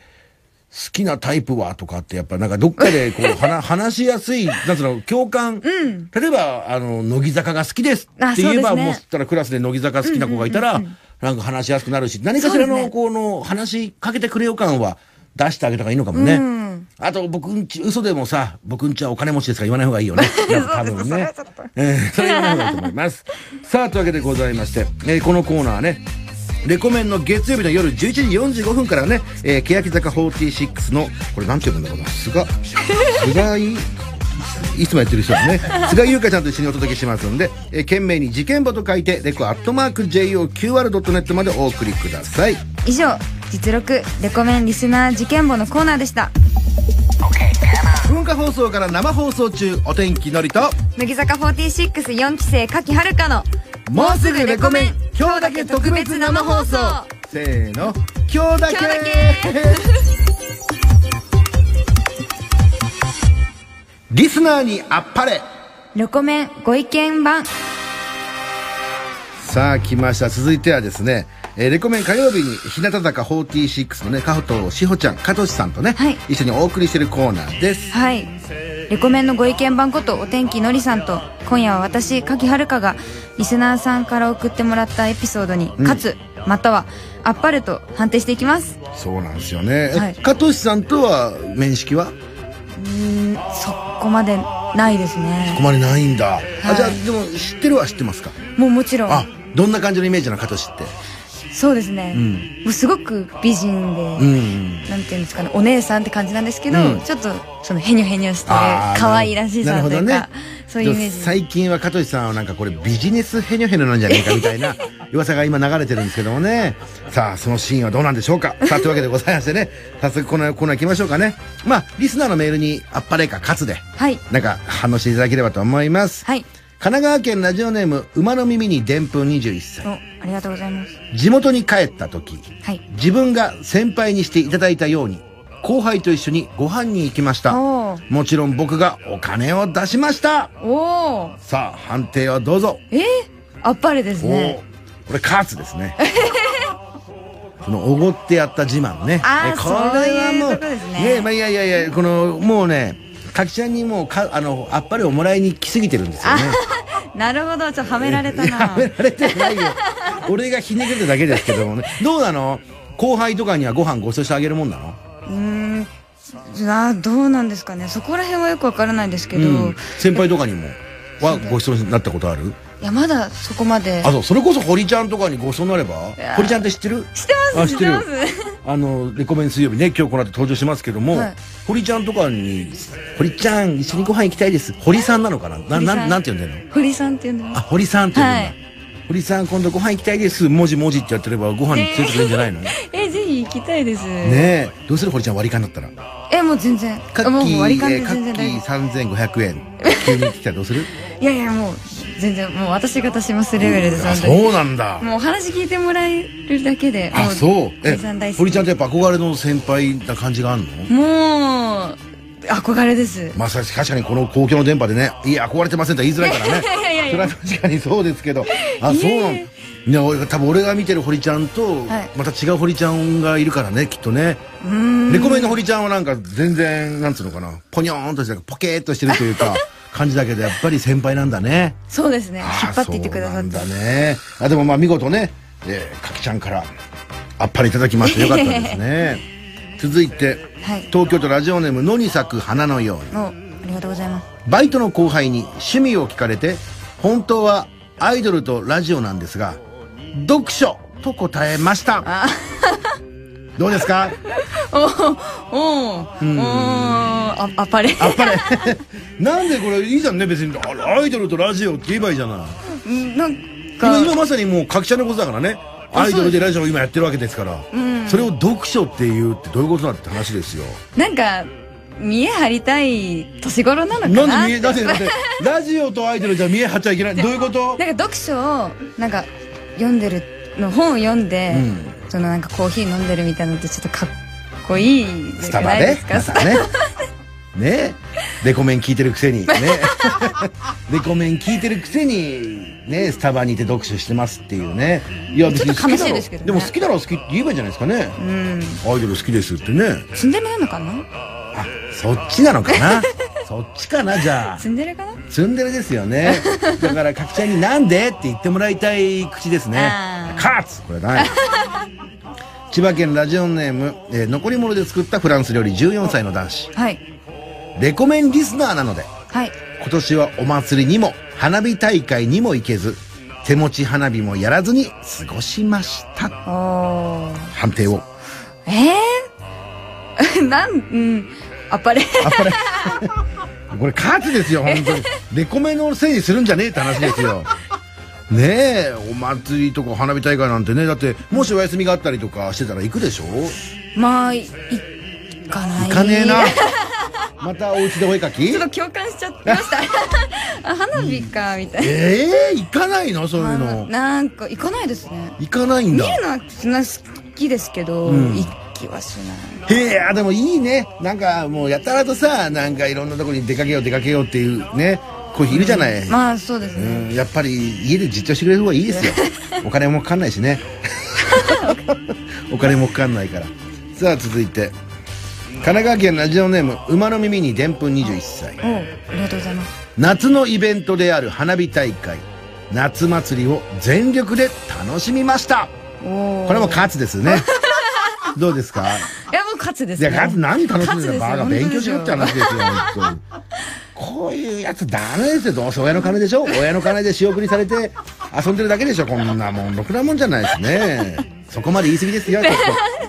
S1: きなタイプはとかって、やっぱなんかどっかでこ う、話、話しやすい、なんつうの、共感。
S2: うん。
S1: 例えば、あの、乃木坂が好きです
S2: あ
S1: って言えば、
S2: そうですね
S1: もう、たらクラスで乃木坂好きな子がいたら、なんか話しやすくなるし、何かしら
S2: そうです
S1: の、
S2: ね
S1: この、話しかけてくれよ感は出してあげた方がいいのかもね。
S2: うん
S1: あと、僕んち、嘘でもさ、僕んちはお金持ちですから言わない方がいい よね。なんか多分ね。えーそれがいいと思います。さあ、というわけでございまして、えーこのコーナーね、レコメンの月曜日の夜11時45分からね、えー、欅坂46の、これなんて読むんだろうな、菅、菅井、いつもやってる人だね。菅井優香ちゃんと一緒にお届けしますんで、えー、懸命に事件簿と書いて、レコアットマーク JOQR.net までお送りください。
S2: 以上、実録レコメンリスナー事件簿のコーナーでした。
S1: 文化放送から生放送中、お天気のりと、
S2: 乃木坂464期生柿遥香の
S1: もうすぐレコメン今日だけ特別生放送せーの、今日だけ
S2: 今日
S1: リスナーにあっぱれ
S2: レコメンご意見版
S1: さあ来ました続いてはですね、えーレコメン火曜日に日向坂46のね加藤志保ちゃん加藤さんとね、
S2: はい
S1: 一緒にお送りしてるコーナーです
S2: はいレコメンのご意見版ことお天気のりさんと今夜は私柿遥香がリスナーさんから送ってもらったエピソードに「かつ」または「あっぱれ」と判定していきます
S1: そうなんですよね、え
S2: はい
S1: 加藤さんとは面識は
S2: そこまでないですね
S1: 困りないんだ、あ
S2: はい
S1: じゃあでも知ってるは知ってますか
S2: もうもちろ
S1: あ
S2: ん
S1: どんな感じのイメージなの加藤って
S2: そうですね、
S1: ん
S2: もうすごく美人で、
S1: うん
S2: なんていうんですかねお姉さんって感じなんですけど、
S1: うん
S2: ちょっとそのヘニョヘニョして
S1: あー
S2: 可愛らしいさという
S1: な
S2: か、
S1: るほどね
S2: そういうイメージです
S1: 最近は加藤さんはなんかこれビジネスヘニョヘニョなんじゃねえかみたい な噂が今流れてるんですけどもね。さあ、そのシーンはどうなんでしょうかさあ、というわけでございましてね、早速このコーナー行きましょうかね。まあ、リスナーのメールにあっぱれか勝つで、
S2: はい
S1: なんか反応していただければと思います。
S2: はい
S1: 神奈川県ラジオネーム、馬の耳にでんぷん21歳。
S2: おありがとうございます
S1: 地元に帰った時、
S2: はい
S1: 自分が先輩にしていただいたように、後輩と一緒にご飯に行きました。
S2: おー
S1: もちろん僕がお金を出しました
S2: おー
S1: さあ、判定をどうぞ。
S2: えー、あっぱれです
S1: お
S2: ね
S1: お、これカーツです ね。このおごってやった自慢ね。
S2: あー
S1: えこれはも、
S2: そういううことですね
S1: えまあいやいやいや、この、もうね、かきちゃんにもうか、あの、あっぱれをもらいに来すぎてるんですよね。
S2: なるほどちょっとはめられたな
S1: やめられてないよ。 俺がひねくれただけですけどもね。どうなの後輩とかにはご飯ご馳走してあげるもんなの
S2: うーんあーどうなんですかねそこら辺はよくわからないですけど、
S1: うん。先輩とかにも。はご馳走になったことある
S2: いやまだそこまで
S1: あと、それこそ堀ちゃんとかにご馳走になれば
S2: やー
S1: 堀ちゃんって知ってる
S2: 知ってま
S1: あ
S2: す
S1: 知
S2: 知
S1: っ
S2: ってて
S1: る
S2: ます
S1: あの、レコメン水曜日ね、今日この後登場しますけども、
S2: はい
S1: 堀ちゃんとかに、堀ちゃん、一緒にご飯行きたいです。堀さんなのかなな、
S2: 堀さん
S1: なん、なんて呼んでんの
S2: 堀さんっていうんだ
S1: あ、堀さんって呼んでんだ。
S2: はい
S1: 堀さん、今度ご飯行きたいです。もじもじってやってればご飯に連れてくれるんじゃないの、
S2: えぜひ行きたいです
S1: ねえ。どうする堀ちゃん割り勘だったら。
S2: えもう全然
S1: カッ
S2: もう
S1: キー、
S2: 割り勘
S1: え
S2: で
S1: ーカ
S2: 全然
S1: ッキ
S2: 大丈
S1: ー3500円。急に来たらどうする
S2: 夫いやいやもう全然もう私が出します レベルです
S1: あ、
S2: 本当に
S1: そうなんだ。
S2: もうお話聞いてもらえるだけでも
S1: あ、そう。え
S2: 堀さん大、好き
S1: 堀ちゃんってやっぱ憧れの先輩な感じがあるの
S2: もう憧れです
S1: まあ、さ確かにこの公共の電波でね、いや、憧れてませんとは言いづらい からね。それは確かにそうですけど。あ、そうなんいや、俺多分俺が見てる堀ちゃんと、
S2: はい
S1: また違う堀ちゃんがいるからね、きっとね。レコメンの堀ちゃんはなんか全然、なんつうのかな、ポニョーンとして、ポケーっとしてるという か、感じだけど、やっぱり先輩なんだね。
S2: そうです ね引
S1: あ
S2: っ張っていってくださ
S1: そう
S2: っ
S1: なん
S2: て
S1: だね。あ、でもまあ見事ね、えー、かきちゃんから、あっぱれいただきましてよかったですね。 続いて、
S2: はい
S1: 東京都ラジオネーム、野に咲く花のように。
S2: もうありがとうございます
S1: バイトの後輩に趣味を聞かれて、本当はアイドルとラジオなんですが、読書と答えました。 どうですか
S2: おおおああっぱれ
S1: あっぱれ。 なんでこれいいじゃんね、別に。あアイドルとラジオって言えばいいじゃない。
S2: なん
S1: 今
S2: か
S1: 今まさにもう各社のことだからね。アイドルでラジオを今やってるわけですから、それを読書っていうってどういうことだって話ですよ。
S2: なんか見え張りたい年頃なのかな
S1: なんで見え、だって、だって、ラジオとアイドルじゃ見え張っちゃいけない。どういうこと
S2: なんか読書をなんか読んでるの本を読んで、
S1: う
S2: そのなんかコーヒー飲んでるみたいなのってちょっとかっこいいじ
S1: ス
S2: ゃ
S1: タ
S2: な
S1: バ
S2: いで
S1: です
S2: か
S1: 皆さんね。ねレコメン聞いてるくせ にねレコメン聞いてるくせにねスタバにいて読書してますっていうねいや別に好き
S2: ちょっと悲し
S1: だ
S2: い
S1: ろ
S2: ですけどね
S1: でも好きだろ好きって言えばいいじゃないですかね
S2: うん。
S1: アイドル好きですってね
S2: ツンデレなのかな
S1: あそっちなのか なそっちかなじゃあ
S2: ツンデレかな
S1: ツンデレですよねだからかきちゃんに「なんで?」って言ってもらいたい口ですね
S2: あー
S1: カーツこれだね千葉県ラジオネーム、えー残り物で作ったフランス料理14歳の男子
S2: はい。
S1: レコメンリスナーなので
S2: はい。
S1: 今年はお祭りにも花火大会にも行けず手持ち花火もやらずに過ごしました
S2: おー。
S1: 判定を
S2: え ー、なん、うん。あっぱれ。
S1: あこれこれカーツですよ 本当にレコメンのせいにするんじゃねえって話です よねえお祭りとか花火大会なんてねだってもしお休みがあったりとかしてたら行くでしょ
S2: まあ、い、いかない。
S1: 行かねえなまたお家でお絵かき
S2: ちょっと共感しちゃってま した。あ、花火か、みたい
S1: ええ行かないのそういう
S2: な。
S1: の
S2: なんか、行かないですね。
S1: 行かないん
S2: 見
S1: だ
S2: るのはそんな好きですけど、
S1: うん
S2: 行きはしない。
S1: へえ、あでもいいね。なんかもうやたらとさ、なんかいろんなとこに出かけよう出かけようっていうね、子いるじゃない。
S2: まあ、そうです
S1: う
S2: ね。
S1: ん、やっぱり家でじっとしてくれる方がいい ですよ。お金もかかんないしね。お金もかかんないから。さあ続いて。神奈川県ラジオネーム、馬の耳にでんぷん21歳。
S2: おうありがとうございます。
S1: 夏のイベントである花火大会、夏祭りを全力で楽しみました。
S2: おー
S1: これも勝つです ね。どうですか
S2: いや、もう勝つです
S1: いや、
S2: ね。
S1: かつ何楽しんでるんだバカ
S2: 勝つです
S1: 勉
S2: よ
S1: 強しろって話ですよ、本当に。こういうやつダメですよ。どうせ親の金でしょ親の金で仕送りされて遊んでるだけでしょこんなもん、ろくなもんじゃないですね。そこまで言い過ぎですよ、ちょっ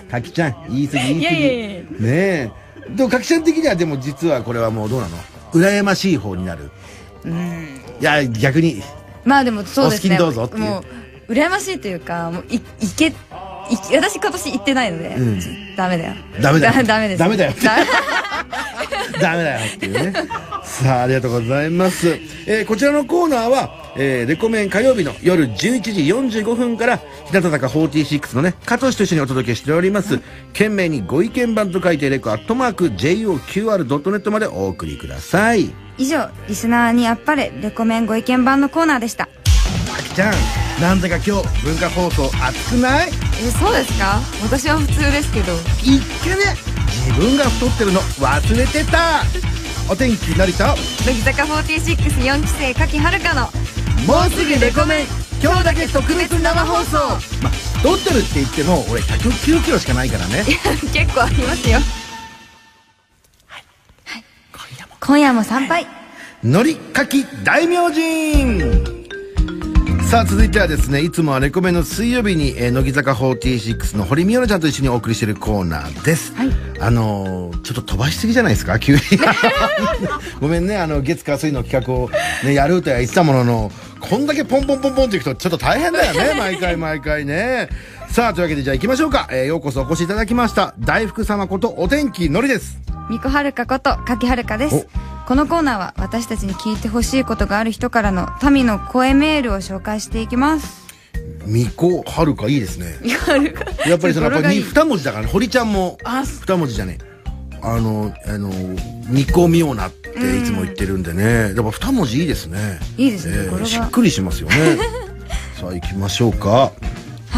S1: と。かきちゃん、言い過ぎ、言い過ぎ。
S2: いやいやいや
S1: ねえ。でも、かきちゃん的には、でも実はこれはもうどうなの羨ましい方になる。いや、逆に、
S2: まあでもそうです
S1: お好きに
S2: ね。
S1: どうぞっていう
S2: もう、羨ましいというか、もう、い、いけ、いけ私今年行ってないので、
S1: うん
S2: ダメだよ。
S1: ダメだよ
S2: ダメです。
S1: ダメだよ
S2: ダメ
S1: ダメだよっていうね。さあ、ありがとうございます。えーこちらのコーナーは、えーレコメン火曜日の夜11時45分から、日向坂46のね、加藤氏と一緒にお届けしております。懸命にご意見番と書いて、レコアットマーク JOQR.net までお送りください。
S2: 以上、リスナーにあっぱれ、レコメンご意見版のコーナーでした。
S1: あきちゃん、なんだか今日、文化放送熱くない
S2: え、そうですか私は普通ですけど。
S1: いっけね自分が太ってるの忘れてたお天気なりと、
S2: 乃木坂464期生、柿遥香の、
S1: もうすぐレコメン今日だけ特別生放送まあ太ってるって言っても俺109キロしかないからね
S2: 結構ありますよ。今夜も参拝。
S1: のりかき大名人さあ続いてはですねいつもはレコメンの水曜日に、えー乃木坂46の堀美央奈ちゃんと一緒にお送りしているコーナーです、あのーちょっと飛ばしすぎじゃないですか急にごめんねあの月火水の企画を、ね、やるとは言ってたもののこんだけポンポンポンポンっていくとちょっと大変だよね毎回毎回ねさあというわけでじゃあ行きましょうか、えーようこそお越しいただきました大福様ことお天気のりです
S2: みこはるかこと柿はるかですこのコーナーは私たちに聞いてほしいことがある人からの民の声メールを紹介していきます
S1: みこはるかいいですねやっぱりそのやっぱり二文字だからね堀ちゃんも二文字じゃねえあのあの煮込みようなっていつも言ってるんでね、やっぱ二文字いいですね
S2: いいですね
S1: え
S2: 語呂
S1: ー
S2: が
S1: しっくりしますよ ねさあ行きましょうか
S2: は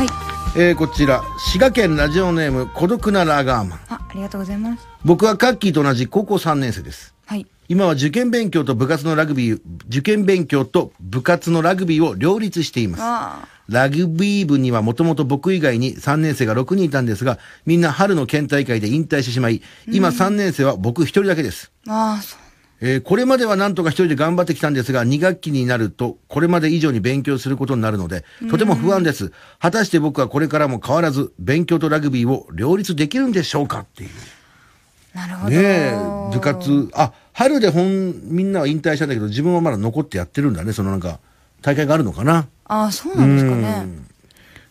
S2: い
S1: えー、こちら滋賀県ラジオネーム孤独なラガーマン
S2: あありがとうございます
S1: 僕はカッキーと同じ高校3年生です
S2: はい
S1: 今は受験勉強と部活のラグビー受験勉強と部活のラグビーを両立しています
S2: あ
S1: ラグビー部にはもともと僕以外に3年生が6人いたんですが、みんな春の県大会で引退してしまい、今3年生は僕1人だけです。
S2: ーあーそう
S1: えーこれまではなんとか一人で頑張ってきたんですが、2学期になると、これまで以上に勉強することになるので、とても不安です。果たして僕はこれからも変わらず、勉強とラグビーを両立できるんでしょうかっていう。
S2: なるほど
S1: ねえ、部活、あ、春で本、みんなは引退したんだけど、自分はまだ残ってやってるんだね。そのなんか、大会があるのかな。
S2: ああそうなんですかね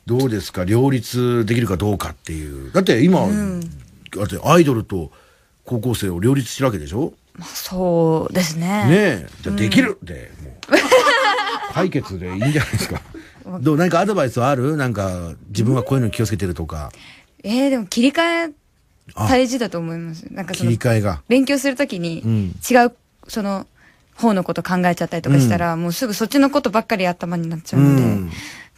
S1: どうですか両立できるかどうかっていうだって今、だってアイドルと高校生を両立してるわけでしょ
S2: まあそうですね
S1: ねえじゃあできるで、 もう解決でいいんじゃないですかどう何かアドバイスはあるなんか自分はこういうのに気をつけてるとか
S2: えー、でも切り替え
S1: あ
S2: 大事だと思います。なんかそ
S1: 切
S2: の
S1: り、替えが。
S2: 勉強するときに
S1: う、ん。
S2: 違う、その、方のこと考えちゃったりとかしたら、もうすぐそっちのことばっかり頭になっちゃ
S1: う
S2: うので、
S1: ん。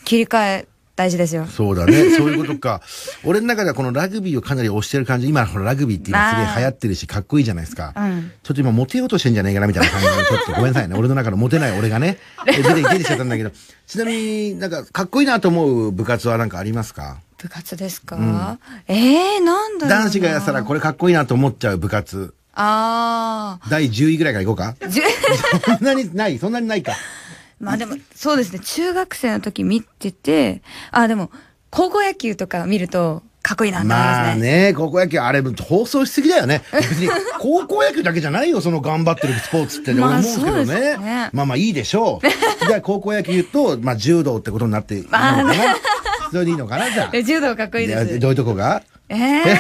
S2: 切り替え大事ですよ。
S1: そうだね。そういうことか。俺の中ではこのラグビーをかなり推してる感じ。今、ほら、ラグビーって今すげえ流行ってるし、かっこいいじゃないですか。
S2: うん。
S1: ちょっと今、モテようとしてんじゃないかな、みたいな感じで、ちょっとごめん なさいね。俺の中のモテない俺がね、出て、出てきちゃったんだけど。ちなみになんか、かっこいいなと思う部活はなんかありますか
S2: 部活ですか、ええー、なんだろうな
S1: 男子がやったらこれかっこいいなと思っちゃう部活。
S2: あ
S1: 第10位ぐらいからいこうか。
S2: あ。じゅ
S1: そんなにない、そんなにないか。
S2: まあでも、そうですね。中学生の時見てて、ああ、でも、高校野球とか見ると、かっこいいなって思い
S1: ま
S2: ま
S1: あ
S2: すね。
S1: ね、高校野球、あれ、放送しすぎだよ ね。別に、高校野球だけじゃないよ、その頑張ってるスポーツってね、
S2: ま
S1: 思
S2: あ
S1: うけ
S2: そう
S1: ど
S2: です
S1: ね。
S2: よね
S1: まあまあいいでしょう。 じゃあ高校野球と、まあ柔道ってことになっていいのかな。それでいいのかな、じゃあ。
S2: え柔道 かっこいいで
S1: いや
S2: す
S1: ど。ういうとこが
S2: ええ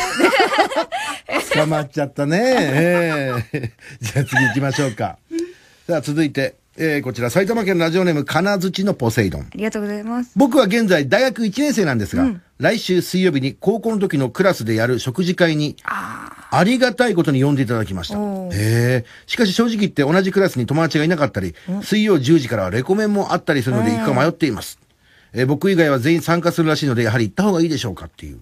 S1: 捕まっちゃった ね。ええ じゃあ次行きましょうか。さあ続いて、えーこちら埼玉県ラジオネーム金槌のポセイドン。
S2: ありがとうございます。
S1: 僕は現在大学1年生なんですが、来週水曜日に高校の時のクラスでやる食事会に、ありがたいことに呼んでいただきました。へえ。しかし正直言って同じクラスに友達がいなかったり、水曜10時からはレコメンもあったりするので行くか迷っています。えー僕以外は全員参加するらしいので、やはり行った方がいいでしょうかっていう。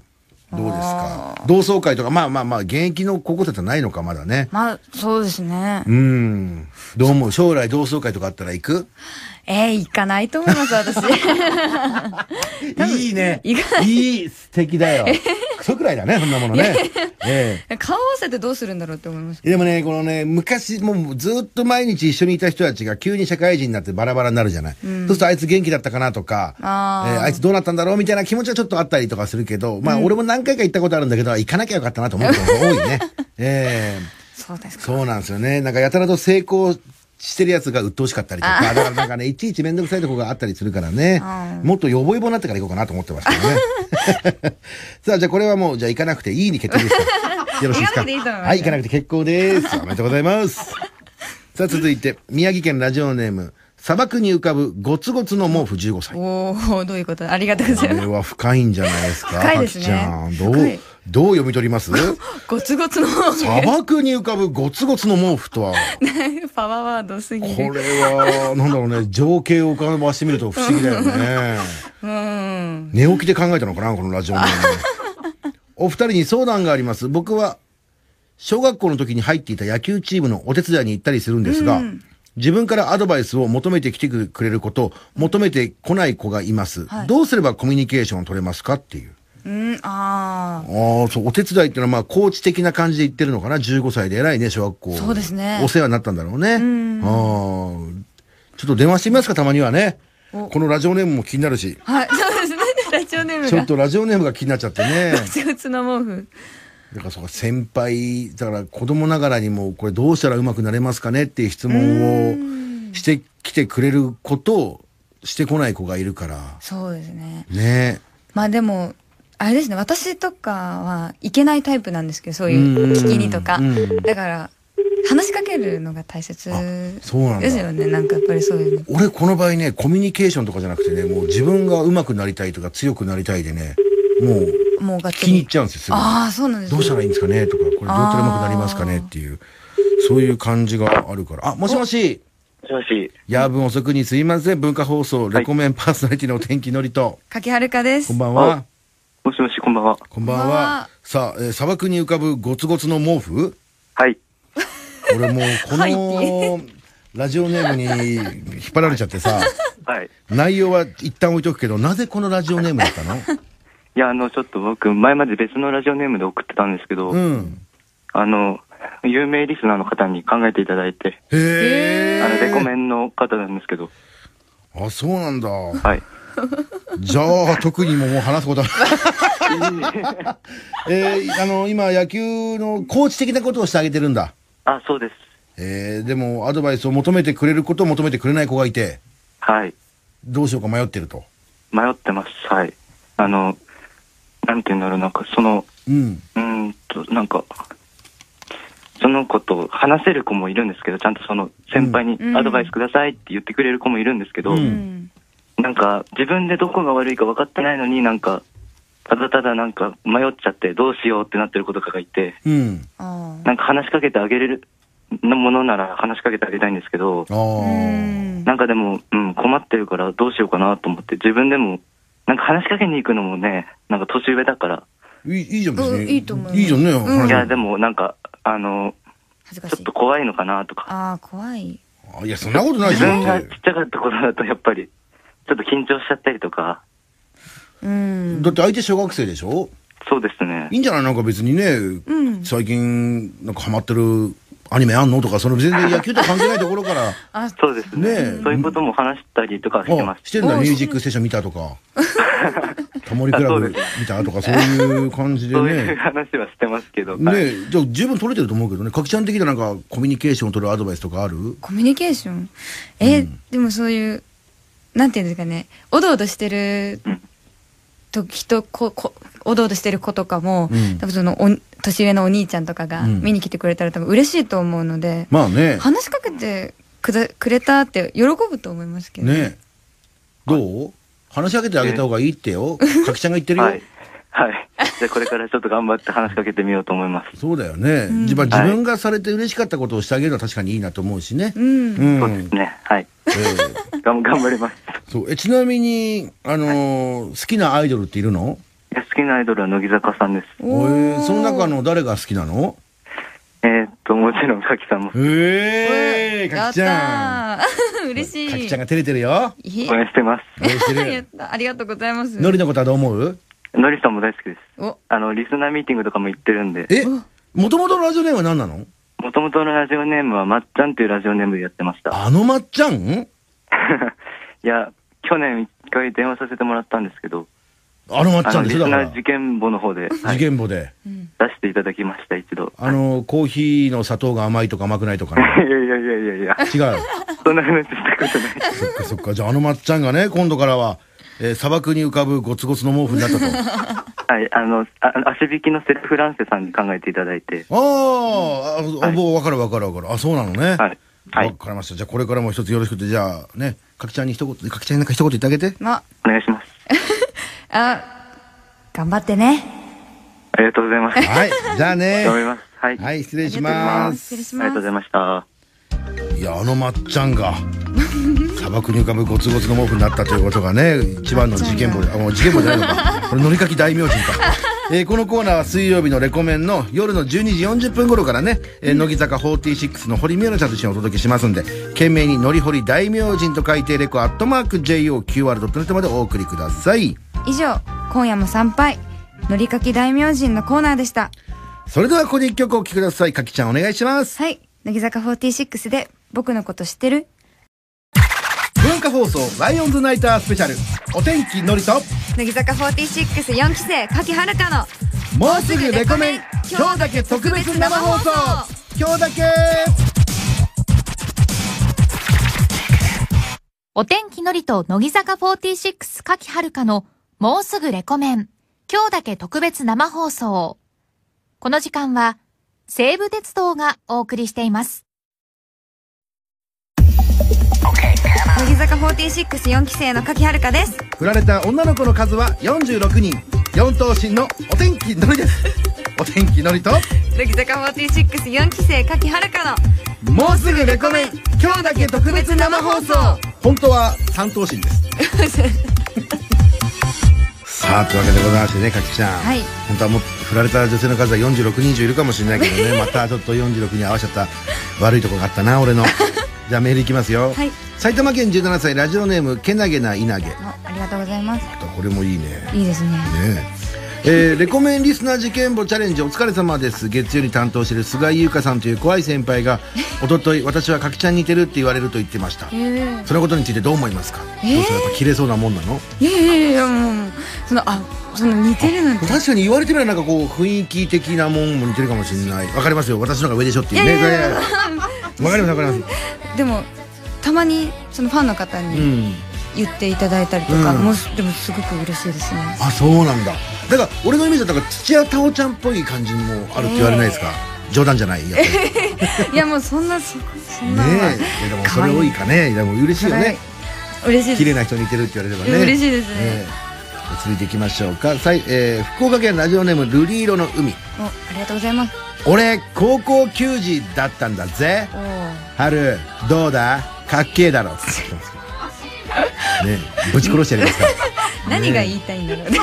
S1: どうですか同窓会とか、まあまあまあ、現役の高校生じゃないのか、まだね。
S2: まあ、そうですね。
S1: うん。どう思う将来同窓会とかあったら行く
S2: ええ行かないと思います、私。
S1: いいね。
S2: 意外
S1: いい、素敵だよ。 クソくらいだね、そんなものね。ええ
S2: 顔合わせてどうするんだろうって思います。
S1: でもね、このね、昔、もうずっと毎日一緒にいた人たちが急に社会人になってバラバラになるじゃない。そうするとあいつ元気だったかなとか、
S2: あー
S1: ええあいつどうなったんだろうみたいな気持ちはちょっとあったりとかするけど、まあ俺も何回か行ったことあるんだけど、行かなきゃよかったなと思うことが多い ね。ええ
S2: そうですか。
S1: そうなんですよね。なんかやたらと成功してるやつが鬱陶しかったりとか、だからなんか ね、いちいちめんどくさいとこがあったりするからね、もっとよぼよぼになってから行こうかなと思ってますけど ね。さあ、じゃあこれはもう、じゃあ行かなくていいに決定ですかよろしいですか
S2: 行かなくていいと思います
S1: はい、行かなくて結構です。おめでとうございます。さあ、続いて、宮城県ラジオネーム、砂漠に浮かぶゴツゴツの毛布15歳。
S2: おおどういうことありがとうござ
S1: こ
S2: いま
S1: れは深いんじゃないですか
S2: 深いですね
S1: かきちゃん。ど
S2: 深
S1: う
S2: い、
S1: どう読み取ります
S2: す。ゴツゴツの
S1: 砂漠に浮かぶゴツゴツの毛布とは、
S2: パワーワードすぎ
S1: こ
S2: る。
S1: れは、なんだろうね、情景を浮かばしてみると不思議だよね。
S2: うん。
S1: 寝起きで考えたのかな、このラジオの。お二人に相談があります。僕は、小学校の時に入っていた野球チームのお手伝いに行ったりするんですが、自分からアドバイスを求めてきてくれること、求めてこない子がいます。どうすればコミュニケーションを取れますかっていう。
S2: うん、ああ。
S1: ああ、そう、お手伝いっていうのは、まあ、コーチ的な感じで言ってるのかな。15歳で偉いね、小学校。
S2: そうですね
S1: お世話になったんだろうね。ああ。ちょっと電話してみますか、たまにはね。このラジオネームも気になるし。
S2: はい、そうですね。ラジオネーム
S1: ちょっ
S2: が。
S1: とラジオネームが気になっちゃってね。
S2: ゴツゴツの毛布。
S1: だからそうか、先輩、だから子供ながらにも、これどうしたらうまくなれますかねっていう質問をしてきてくれることをしてこない子がいるから。
S2: そうですね。
S1: ね
S2: まあでも、あれですね、私とかはいけないタイプなんですけど、そうい
S1: うん
S2: う聞きにとか
S1: うん。
S2: だから、話しかけるのが大切
S1: あ
S2: で
S1: そうなんだ
S2: すよね。なんかやっぱりそういうの。
S1: 俺この場合ねコミュニケーションとかじゃなくてねもう自分が上手くなりたいとか強くなりたいでねもう
S2: もうがっつ
S1: 気に入っ
S2: り。
S1: ちゃうんですよす
S2: ああ、そうなんで
S1: ぐ
S2: すね
S1: どうしたらいいんですかねとかこれどうやったら上手くなりますかねっていうそういう感じがあるからあもしもし
S7: もしもし、
S1: 夜分遅くにすいません文化放送レコメンパーソナリティのお天気のりと
S2: 柿はるかです
S1: こん。ばんは
S7: あもしもし、こんばんは。
S1: こんばん
S2: こんばん
S1: は
S2: は
S1: さあ、えー砂漠に浮かぶゴツゴツの毛布
S7: はい。
S1: 俺 もうこのラジオネームに引っ張られちゃって さ
S7: はい。
S1: 内容は一旦置いとくけどなぜこのラジオネームだったの
S7: いや、あの、ちょっと僕、前まで別のラジオネームで送ってたんですけど、
S1: うん。
S7: あの、有名リスナーの方に考えていただいて、
S1: へえ。
S7: あの、レコメンの方なんですけど、
S1: あ、そうなんだ。
S7: はい。
S1: じゃあ、特にももう話すことはない。 えー、あの、今、野球のコーチ的なことをしてあげてるんだ。
S7: あ、そうです。
S1: えー、でも、アドバイスを求めてくれることを求めてくれない子がいて、
S7: はい。
S1: どうしようか迷ってると。
S7: 迷ってます。はい。あの、なんていうんだろう、なんか、その、
S1: うん。
S7: うーんと、なんか、その子と話せる子もいるんですけど、ちゃんとその先輩にアドバイスくださいって言ってくれる子もいるんですけど、
S1: う
S2: うんん。
S7: なんか、自分でどこが悪いか分かってないのになんか、ただただなんか迷っちゃってどうしようってなってる子とかがいて、
S1: うん。
S2: あ
S7: なんか話しかけてあげれるものなら話しかけてあげたいんですけど、
S1: あ
S2: あ。う
S1: あ。
S2: ん。
S7: なんかでも、うん、困ってるからどうしようかなと思って、自分でも、なんか話しかけに行くのもね、なんか年上だから、
S1: いいいいじゃん、別
S2: う
S1: に。
S2: んいいと思う
S1: いいじゃんね。
S2: うん
S7: いや、で
S1: も。
S7: もなんか、あの、
S2: 恥ずか
S7: ちょ
S2: し
S7: っ
S2: い
S7: と。怖いのかなとか、
S2: ああ、怖い。
S1: あいや、そんなことない
S7: 自
S1: じゃ
S7: 分
S1: ん。
S7: がちっちゃかった頃だとやっぱり、ちょっと緊張しちゃったりとか、
S2: うん。
S1: だって相手小学生でしょ
S7: そうですね
S1: い。いんじゃないなんか別にね、
S2: うん。
S1: 最近、なんかハマってるアニメあんのとか、その全然野球と関係ないところから、
S2: あ、
S7: そうですね。
S1: ねえ
S7: そういうことも話したりとかしてま
S1: あ
S7: し
S1: してるんだ、
S2: おう
S1: ミュージックステーション見たとか、タモリクラ
S7: あそ
S1: ブ
S7: うで
S1: 見たとか、そういう感じ
S7: た。
S1: で
S7: そういう
S1: ね。
S7: 話はしてますけど、
S1: ね
S7: はい
S1: じゃあ十分取れてると思うけどね。かきちゃん的ななんかコミュニケーションを取るアドバイスとかある
S2: コミュニケーションえ、でもそういう、なんていうんですかね、おどおどしてる
S7: うん
S2: と、人、こ、こ、おどおどしてる子とかも、
S1: うん
S2: 多分そのお、年上のお兄ちゃんとかが
S1: うん
S2: 見に来てくれたら多分嬉しいと思うので、
S1: まあね。
S2: 話しかけてくだくれたって喜ぶと思いますけど。
S1: ねどう話しかけてあげた方がいいってよ。かきちゃんが言ってるよ。
S7: はい。はい。じゃあこれからちょっと頑張って話しかけてみようと思います。
S1: そうだよね。
S2: ん
S1: 自分
S7: はい
S1: 自分がされて嬉しかったことをしてあげるのは確かにいいなと思うしね。
S2: う。
S1: うんん。
S7: そうですね。はい。
S1: ええ
S7: 頑頑張ります。
S1: そうえちなみに、あのー好きなアイドルっているの
S7: いや好きなアイドルは乃木坂さんです。
S1: えーその中の誰が好きなの
S7: えーっと、もちろん、かきさんも。
S1: ええかきちゃん。
S2: やったー 嬉しい。
S1: かきちゃんが照れてるよ。
S2: え
S7: 応援してます。
S1: 応援して
S2: やっ
S1: る。
S2: たありがとうございます。
S1: のりのことはどう思う
S7: のりさんも大好きです。
S2: お、
S7: あの、リスナーミーティングとかも行ってるんで、
S1: えもともとのラジオネームは何なの
S7: もともとのラジオネームは、まっちゃんっていうラジオネームでやってま した。
S1: あのまっちゃん
S7: いや、去年一回電話させてもらったんですけど、
S1: あのまっ
S7: あ
S1: ちゃ
S7: の、
S1: んで
S7: リ
S1: し
S7: ス
S1: ょだか
S7: ナ
S1: ら。
S7: ー事件簿の方で、は
S1: 事
S7: い
S1: 件簿で。
S7: 出していただきました、一度。
S1: あの、コーヒーの砂糖が甘いとか甘くないとか
S7: い
S1: ね。
S7: やいやいやいやいや、
S1: 違う。
S7: そんな話したことない。
S1: そっかそっか。じゃあ、あのまっちゃんがね、今度からは、えー砂漠に浮かぶゴツゴツの毛布になったと。あ
S7: はい、あの、あ足引きのセルフランセさんに考えていただいて、
S1: あ、ああ、もうわかるわかるわかる。あ、そうなのね。
S7: はい。はい
S1: わかりました。じゃあ、これからも一つよろしくって、じゃあ、ね、かきちゃんに一言、かきちゃんになんか一言言ってあげて。
S2: ま、
S7: お願いします。
S2: あ、頑張ってね。
S7: ありがとうございます。
S1: はい。じゃあね。
S7: 頑張ります。はい。
S1: は
S7: あり
S1: い、失礼し
S2: あ
S1: ま
S2: り
S1: す。
S2: 失礼し
S7: がとう
S2: ます
S7: ご。ざいました。
S1: いや、あのまっちゃん が、砂漠に浮かぶゴツゴツの毛布になったということがね、一番の事件簿で、あ、もう事件簿じゃないのか。これ、のりかき大名人か。えーこのコーナーは水曜日のレコメンの夜の12時40分頃からね、えー乃木坂46の堀美奈ちゃんと一緒にお届けしますんで、懸命にのりほり大名人と書いてレコアットマーク JOQR.net までお送りください。
S2: 以上、今夜も参拝、のりかき大名人のコーナーでした。
S1: それではここで一曲お聴きください。かきちゃんお願いします。
S2: はい、乃木坂46で、僕のこと知ってる
S1: 文化放送ライオンズナイタースペシャル。お天気のりと、
S2: 乃木坂464期生、柿原香の。
S1: もうすぐレコメン今日だけ特別生放送今日だけ
S3: お天気のりと乃木坂46柿遥香のもうすぐレコメン。今日だけ特別生放送。この時間は西武鉄道がお送りしています。
S2: 乃木坂464期生の柿原香です。
S1: 振られた女の子の数は46人四頭身のお天気のりですお天気のりと
S2: 乃木坂464期生、柿原香の。
S1: もうすぐレコメン今日だけ特別生放送本当は三頭身です さあというわけでございましてねかきちゃん、
S2: はい
S1: 本当はもう振られた女性の数は46人以上いるかもしれないけ どねまたちょっと46に合わせちゃった悪いとこがあったな俺の じゃあメールいきますよ、
S2: はい
S1: 埼玉県17歳ラジオネームけなげな稲毛
S2: あありがとうございます。
S1: これもいいね
S2: いいですね。
S1: ねええーレコメンリスナー事件簿チャレンジお疲れ様です月曜に担当している菅井優香さんという怖い先輩がおととい私はかきちゃんに似てるって言われると言ってましたそのことについてどう思いますか、どうするやっぱ切れそうなもんなの
S2: いやいやいや、もう、その、あ、その似てるなんて。
S1: 確かに言われてみればなんかこう雰囲気的なもんも似てるかもしれないわかりますよ私の方が上でしょっていうね
S2: いやいやいや
S1: いやいやわかりますわかります
S2: でも、たまに、そのファンの方
S1: う
S2: に
S1: ん
S2: 言っていただいたりとか、
S1: うん
S2: もうでもすごく嬉しいですね。
S1: あそうなんだだから俺のイメージだったら土屋太鳳ちゃんっぽい感じもあるって言われないですか、冗談じゃないやっぱり
S2: いやもうそんなそこそん
S1: ね
S2: なのは、
S1: えいやでもそれ多いかねでも嬉しいよね
S2: 嬉しい
S1: 綺
S2: で
S1: 麗
S2: す、
S1: な人に似てるって言われればね
S2: 嬉しいですね
S1: え続いていきましょうか。さいえー福岡県ラジオネームルリーロの海。
S2: おありがとうございます
S1: 俺、高校球児だったんだぜ。
S2: おー
S1: 春、どうだかっけえだ ろ。って言ってますけどねぶち殺してやりますから。
S2: 何が言いたいんだろうね
S1: だ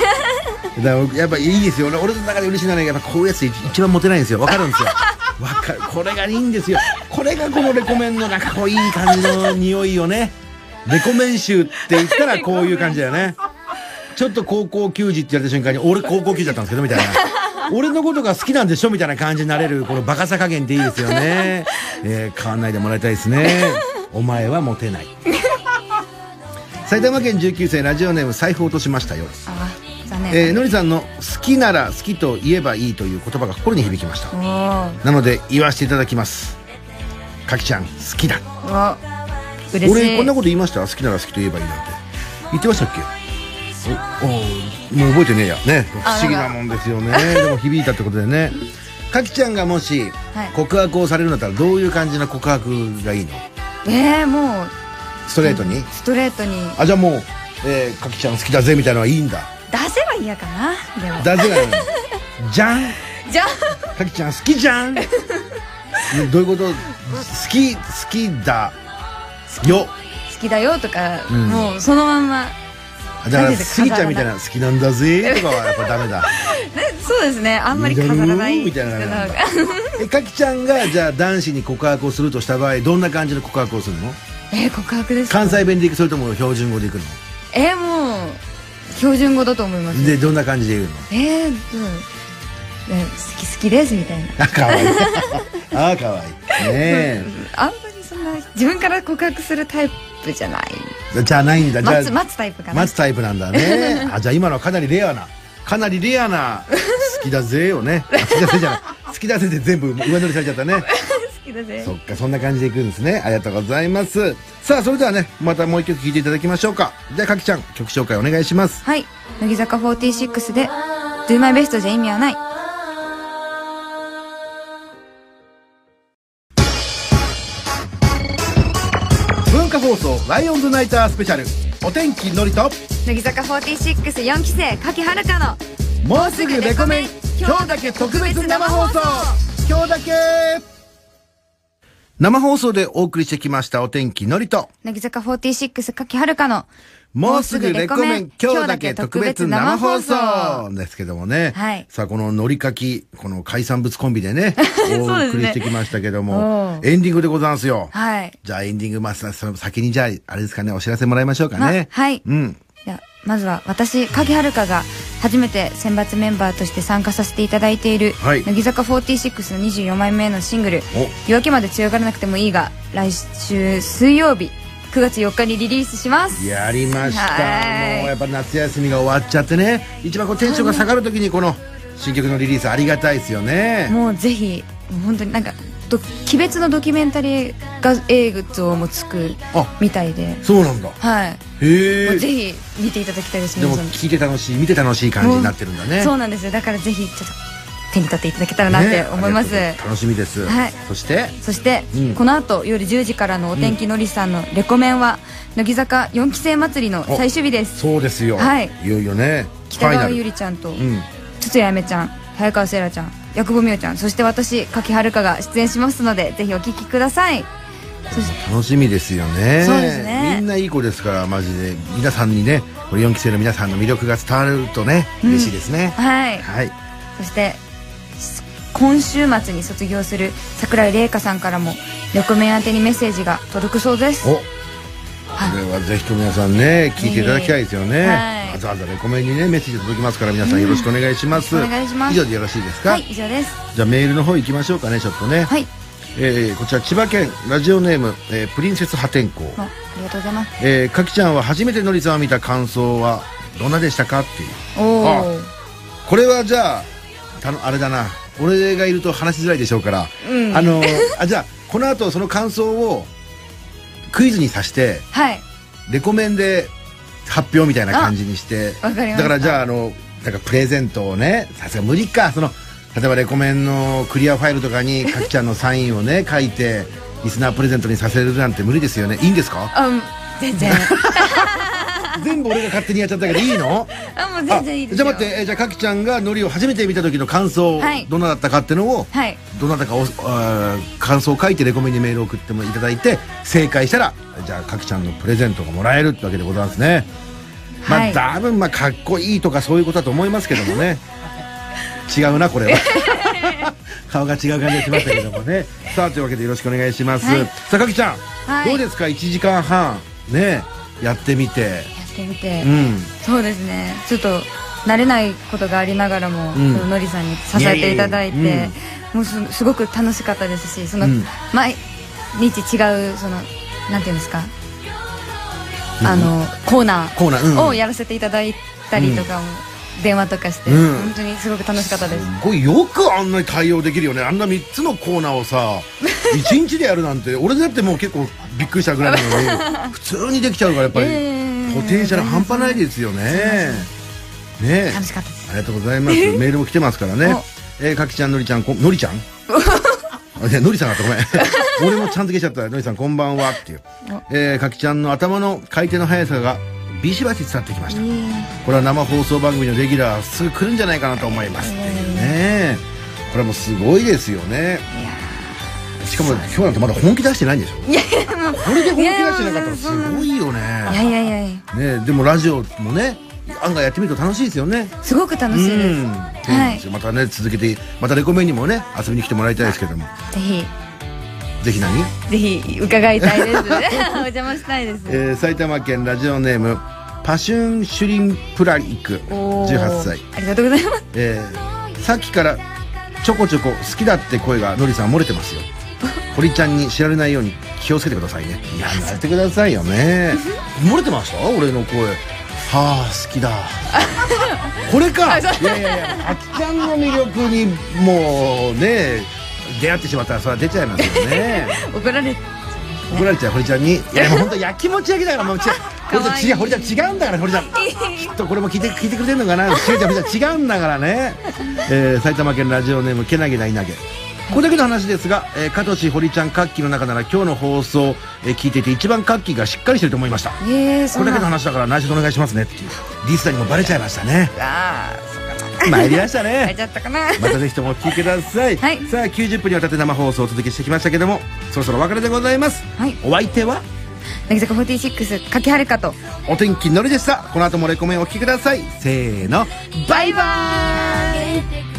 S1: から僕やっぱいいですよ俺俺の中で嬉しいのはねやっぱこういうやつ一一番モテないんですよわかるんですよわかるこれがいいんですよこれがこのレコメンのなんかこういい感じの匂いよねレコメン臭って言ったらこういう感じだよねちょっと高校球児って言われた瞬間に俺高校球児だったんですけどみたいな俺のことが好きなんでしょみたいな感じになれるこのバカさ加減っていいですよね、えー変わんないでもらいたいですねお前はモテない埼玉県19歳ラジオネーム財布落としましたよ
S2: あー残念、
S1: えーのりさんの「好きなら好きと言えばいい」という言葉が心に響きました
S2: おー
S1: なので言わせていただきますかきちゃん好きだ
S2: おー嬉しい
S1: 俺こんなこと言いました好きなら好きと言えばいいなんて言ってましたっけおおもう覚えてねえやね不思議なもんですよねでも響いたってことでねかきちゃんがもし
S2: はい
S1: 告白をされるんだったらどういう感じの告白がいいの
S2: えー、もう
S1: ストレートに、
S2: ストレートに
S1: あじゃあもう、えーかきちゃん好きだぜみたいなのはいいんだ
S2: 出せば嫌かなでも
S1: だぜがいいのじゃん
S2: じゃあ
S1: かきちゃん好きじゃんねどういうこと好き好きだよ
S2: 好きだよとか、
S1: うん
S2: もうそのまんま
S1: だから
S2: なんでです
S1: ス
S2: か
S1: ギちゃんみたいな好きなんだぜとかはやっぱダメだ
S2: そうですねあんまり飾らない
S1: みたいなのがあ
S2: な
S1: る
S2: ん
S1: ん
S2: か
S1: だえかきちゃんがじゃあ男子に告白をするとした場合どんな感じの告白をするの
S2: えー、告白ですか
S1: 関西弁でいくそれとも標準語でいくの
S2: えー、もう標準語だと思います
S1: でどんな感じで言うの
S2: えー、うんえー好き好きですみたいな
S1: あかわいい あかわいいね
S2: あんまりそんな自分から告白するタイプじゃない
S1: えじゃあないんだじゃあ
S2: 待つ待つタイプかな
S1: 待つタイプなんだ ねあじゃあ今のはかなりレアなかなりレアな好きだぜを ねあ好きだぜじゃない好きだぜで全部上乗りされちゃったね
S2: 好きだぜ
S1: そっかそんな感じでいくんですねありがとうございますさあそれではねまたもう一曲聴いていただきましょうかじゃあかきちゃん曲紹介お願いします
S2: はい乃木坂46で「Do My Best じゃ意味はない」
S1: 文化放送ライオンズナイタースペシャルお天気のりと
S2: 乃木坂464期生柿原香の
S1: もうすぐレコメン今日だけ特別生放送今日だけ生放送でお送りしてきましたお天気のりと
S2: 乃木坂46柿原香の
S1: もうすぐレコメン、今日だけ特別生放送ですけどもね。
S2: はい
S1: さあ、こののりかき、この海産物コンビで ね、お送りしてきましたけども、エンディングでございますよ。
S2: はい
S1: じゃあエンディング、まあ、さその先にじゃあ、あれですかね、お知らせもらいましょうかね。
S2: まはい
S1: うん。
S2: いやまずは私影遥香が初めて選抜メンバーとして参加させていただいている、
S1: はい
S2: 乃木坂46の24枚目のシングル「夜明けまで強がらなくてもいいが」来週水曜日9月4日にリリースします
S1: やりました。
S2: はい
S1: もうやっぱ夏休みが終わっちゃってね、一番こうテンションが下がるときにこの新曲のリリースありがたいですよね。
S2: もうぜひもう本当になんかど鬼滅のドキュメンタリーが映像もつく
S1: あ、
S2: みたいで
S1: そうなんだ。
S2: はい
S1: へ
S2: もう
S1: え。
S2: ぜひ見ていただきたいです
S1: でも
S2: 皆さん
S1: 聞いて楽しい、見て楽しい感じになってるんだね。
S2: そうなんですよだからぜひちょっと手に取っていただけたらなって思います、
S1: ねありがとうござ楽しみです、
S2: はい
S1: そして
S2: そして、
S1: うん
S2: この後夜10時からのお天気のりさんのレコメンは、乃木坂4期生祭りの最終日です
S1: そうですよ、
S2: はい
S1: よいよね
S2: 北川
S1: ファイナ
S2: ゆ
S1: ル
S2: りちゃんと
S1: うん
S2: 筒谷あやめちゃん早川せいらちゃん薬久保美桜ちゃんそして私柿遥香が出演しますのでぜひお聴きくださいそして
S1: 楽しみですよね
S2: そうですね
S1: みんないい子ですからマジで皆さんにねこれ4期生の皆さんの魅力が伝わるとね、嬉しいですね
S2: はい
S1: はい
S2: そしてす今週末に卒業する桜井玲香さんからもレコメン宛てにメッセージが届くそうです
S1: おこれはぜひとも皆さんね聞いていただきたいですよね、
S2: はい
S1: わざわざレコメンにねメッセージ届きますから皆さんよろしくお願いします、
S2: お願いします
S1: 以上でよろしいですか、
S2: はい以上です
S1: じゃあメールの方行きましょうかねちょっとね、
S2: はい
S1: えーこちら千葉県ラジオネーム、えープリンセス破天荒、
S2: あありがとうございます
S1: えー、かきちゃんは初めてのりさんを見た感想はどんなでしたかっていう
S2: お
S1: あこれはじゃあたのあれだな俺がいると話しづらいでしょうから、あのーあじゃあこの後その感想をクイズにさして
S2: はい
S1: レコメンで発表みたいな感じにして
S2: わかりました
S1: だからじゃああのなんかプレゼントをねさすが無理かその例えばレコメンのクリアファイルとか にかきちゃんのサインをね書いてリスナープレゼントにさせるなんて無理ですよねいいんですか
S2: あうん全然
S1: 全部俺が勝手にやっちゃったけど、いいの
S2: あ、もう全然いいです
S1: じゃ
S2: よ。
S1: あ待って、えじゃあ、かきちゃんがノリを初めて見た時の感想、
S2: はい
S1: どんなだったかってのを、
S2: はい。
S1: どなたかおあー感想を書いてレコメンにメールを送ってもいただいて正解したらじゃあかきちゃんのプレゼントがもらえるってわけでございますね、
S2: は
S1: まあ
S2: い
S1: だいぶまあかっこいいとかそういうことだと思いますけどもね違うなこれは 顔が違う感じがしましたけどもねさあというわけでよろしくお願いします、
S2: はい
S1: さあかきちゃん、
S2: はい
S1: どうですか1時間半ねやってみて
S2: やってみて
S1: う。ん
S2: そうですね。ちょっと、慣れないことがありながらも、
S1: ん
S2: そののりさんに支えていただい
S1: いやいやいや
S2: て、もうすすごく楽しかったですし、その、
S1: うん
S2: 毎日違う、その、なんていうんですか、あの、コーナ
S1: コーナー、うん、
S2: ーをやらせていただいたりとかも、電話とかして、
S1: うん
S2: 本当にすごく楽しかったです。
S1: これよくあんなに対応できるよねあんな3つのコーナーを さ1日でやるなんて俺だってもう結構びっくりしたぐらいなの に普通にできちゃうからやっぱり
S2: え
S1: ポテンシャル半端ないですよねねえ
S2: 楽しかったです。
S1: ありがとうございますメールも来てますからねえー、かきちゃんのりちゃんこんのりちゃ んあいやのりさんだったごめん俺もちゃんとけ ちゃったのりさんこんばんはっていう、えー、かきちゃんの頭の回転の速さがビシバシ伝わってきましたこれは生放送番組のレギュラーすぐ来るんじゃないかなと思いますっていうねこれはもうすごいですよねしかも今日なんてまだ本気出してないんでしょいやこれで本気出してなかったらすごいよ
S2: いや
S1: ね
S2: いやいやいや、
S1: ねでもラジオもね案外やってみると楽しいですよね
S2: すごく楽しいです。
S1: うんそうなんですよまたね続けてまたレコメンにもね遊びに来てもらいたいですけども
S2: ぜひ、
S1: ぜひ何、
S2: ぜひ伺いたいです。 お邪魔したいです。
S1: えー埼玉県ラジオネームパシュンシュリンプラリク
S2: おー
S1: 18歳、
S2: ありがとうございます。
S1: えーさっきからちょこちょこ好きだって声がのりさん漏れて ますよ堀ちゃんに知られないように気をつけてくださいねいややめてくださいよね 漏れてました俺の声はあ好 きだこれかいやいやいやあきちゃんの魅力にもうね出会ってしまったらそれは出ちゃいますよね
S2: 怒られて。
S1: 怒られちゃう堀ちゃんにいやもう本当やきもち焼きだから もう違う堀
S2: かわい
S1: ち
S2: い
S1: ゃん違う堀ちゃん違うんだから堀ちゃ んきっとこれも聞いて聞いてくれてるのかなしゅうちゃん堀ちゃん違うんだから ね、えー埼玉県ラジオネームけなげないなげこれだけの話ですが、えー、加藤氏堀ちゃん活気の中なら今日の放送、えー聞いていて一番活気がしっかりしてると思いましたこ
S2: ええー、そ
S1: れ
S2: ん
S1: だ
S2: な
S1: けの話だから内緒でお願いしますねっていうリスターにもバレちゃいましたね
S2: ああ、そうかな。
S1: 参りましたね
S2: 入っちゃったかな。
S1: またぜひともお聞きください、
S2: はい
S1: さあ90分にわたって生放送をお届けしてきましたけどもそろそろお別れでございます、
S2: はい
S1: お相手は
S2: 乃木坂46、柿原かと。
S1: お天気のりでしたこの後もレコメンお聞きくださいせーのバイバーイ
S6: てく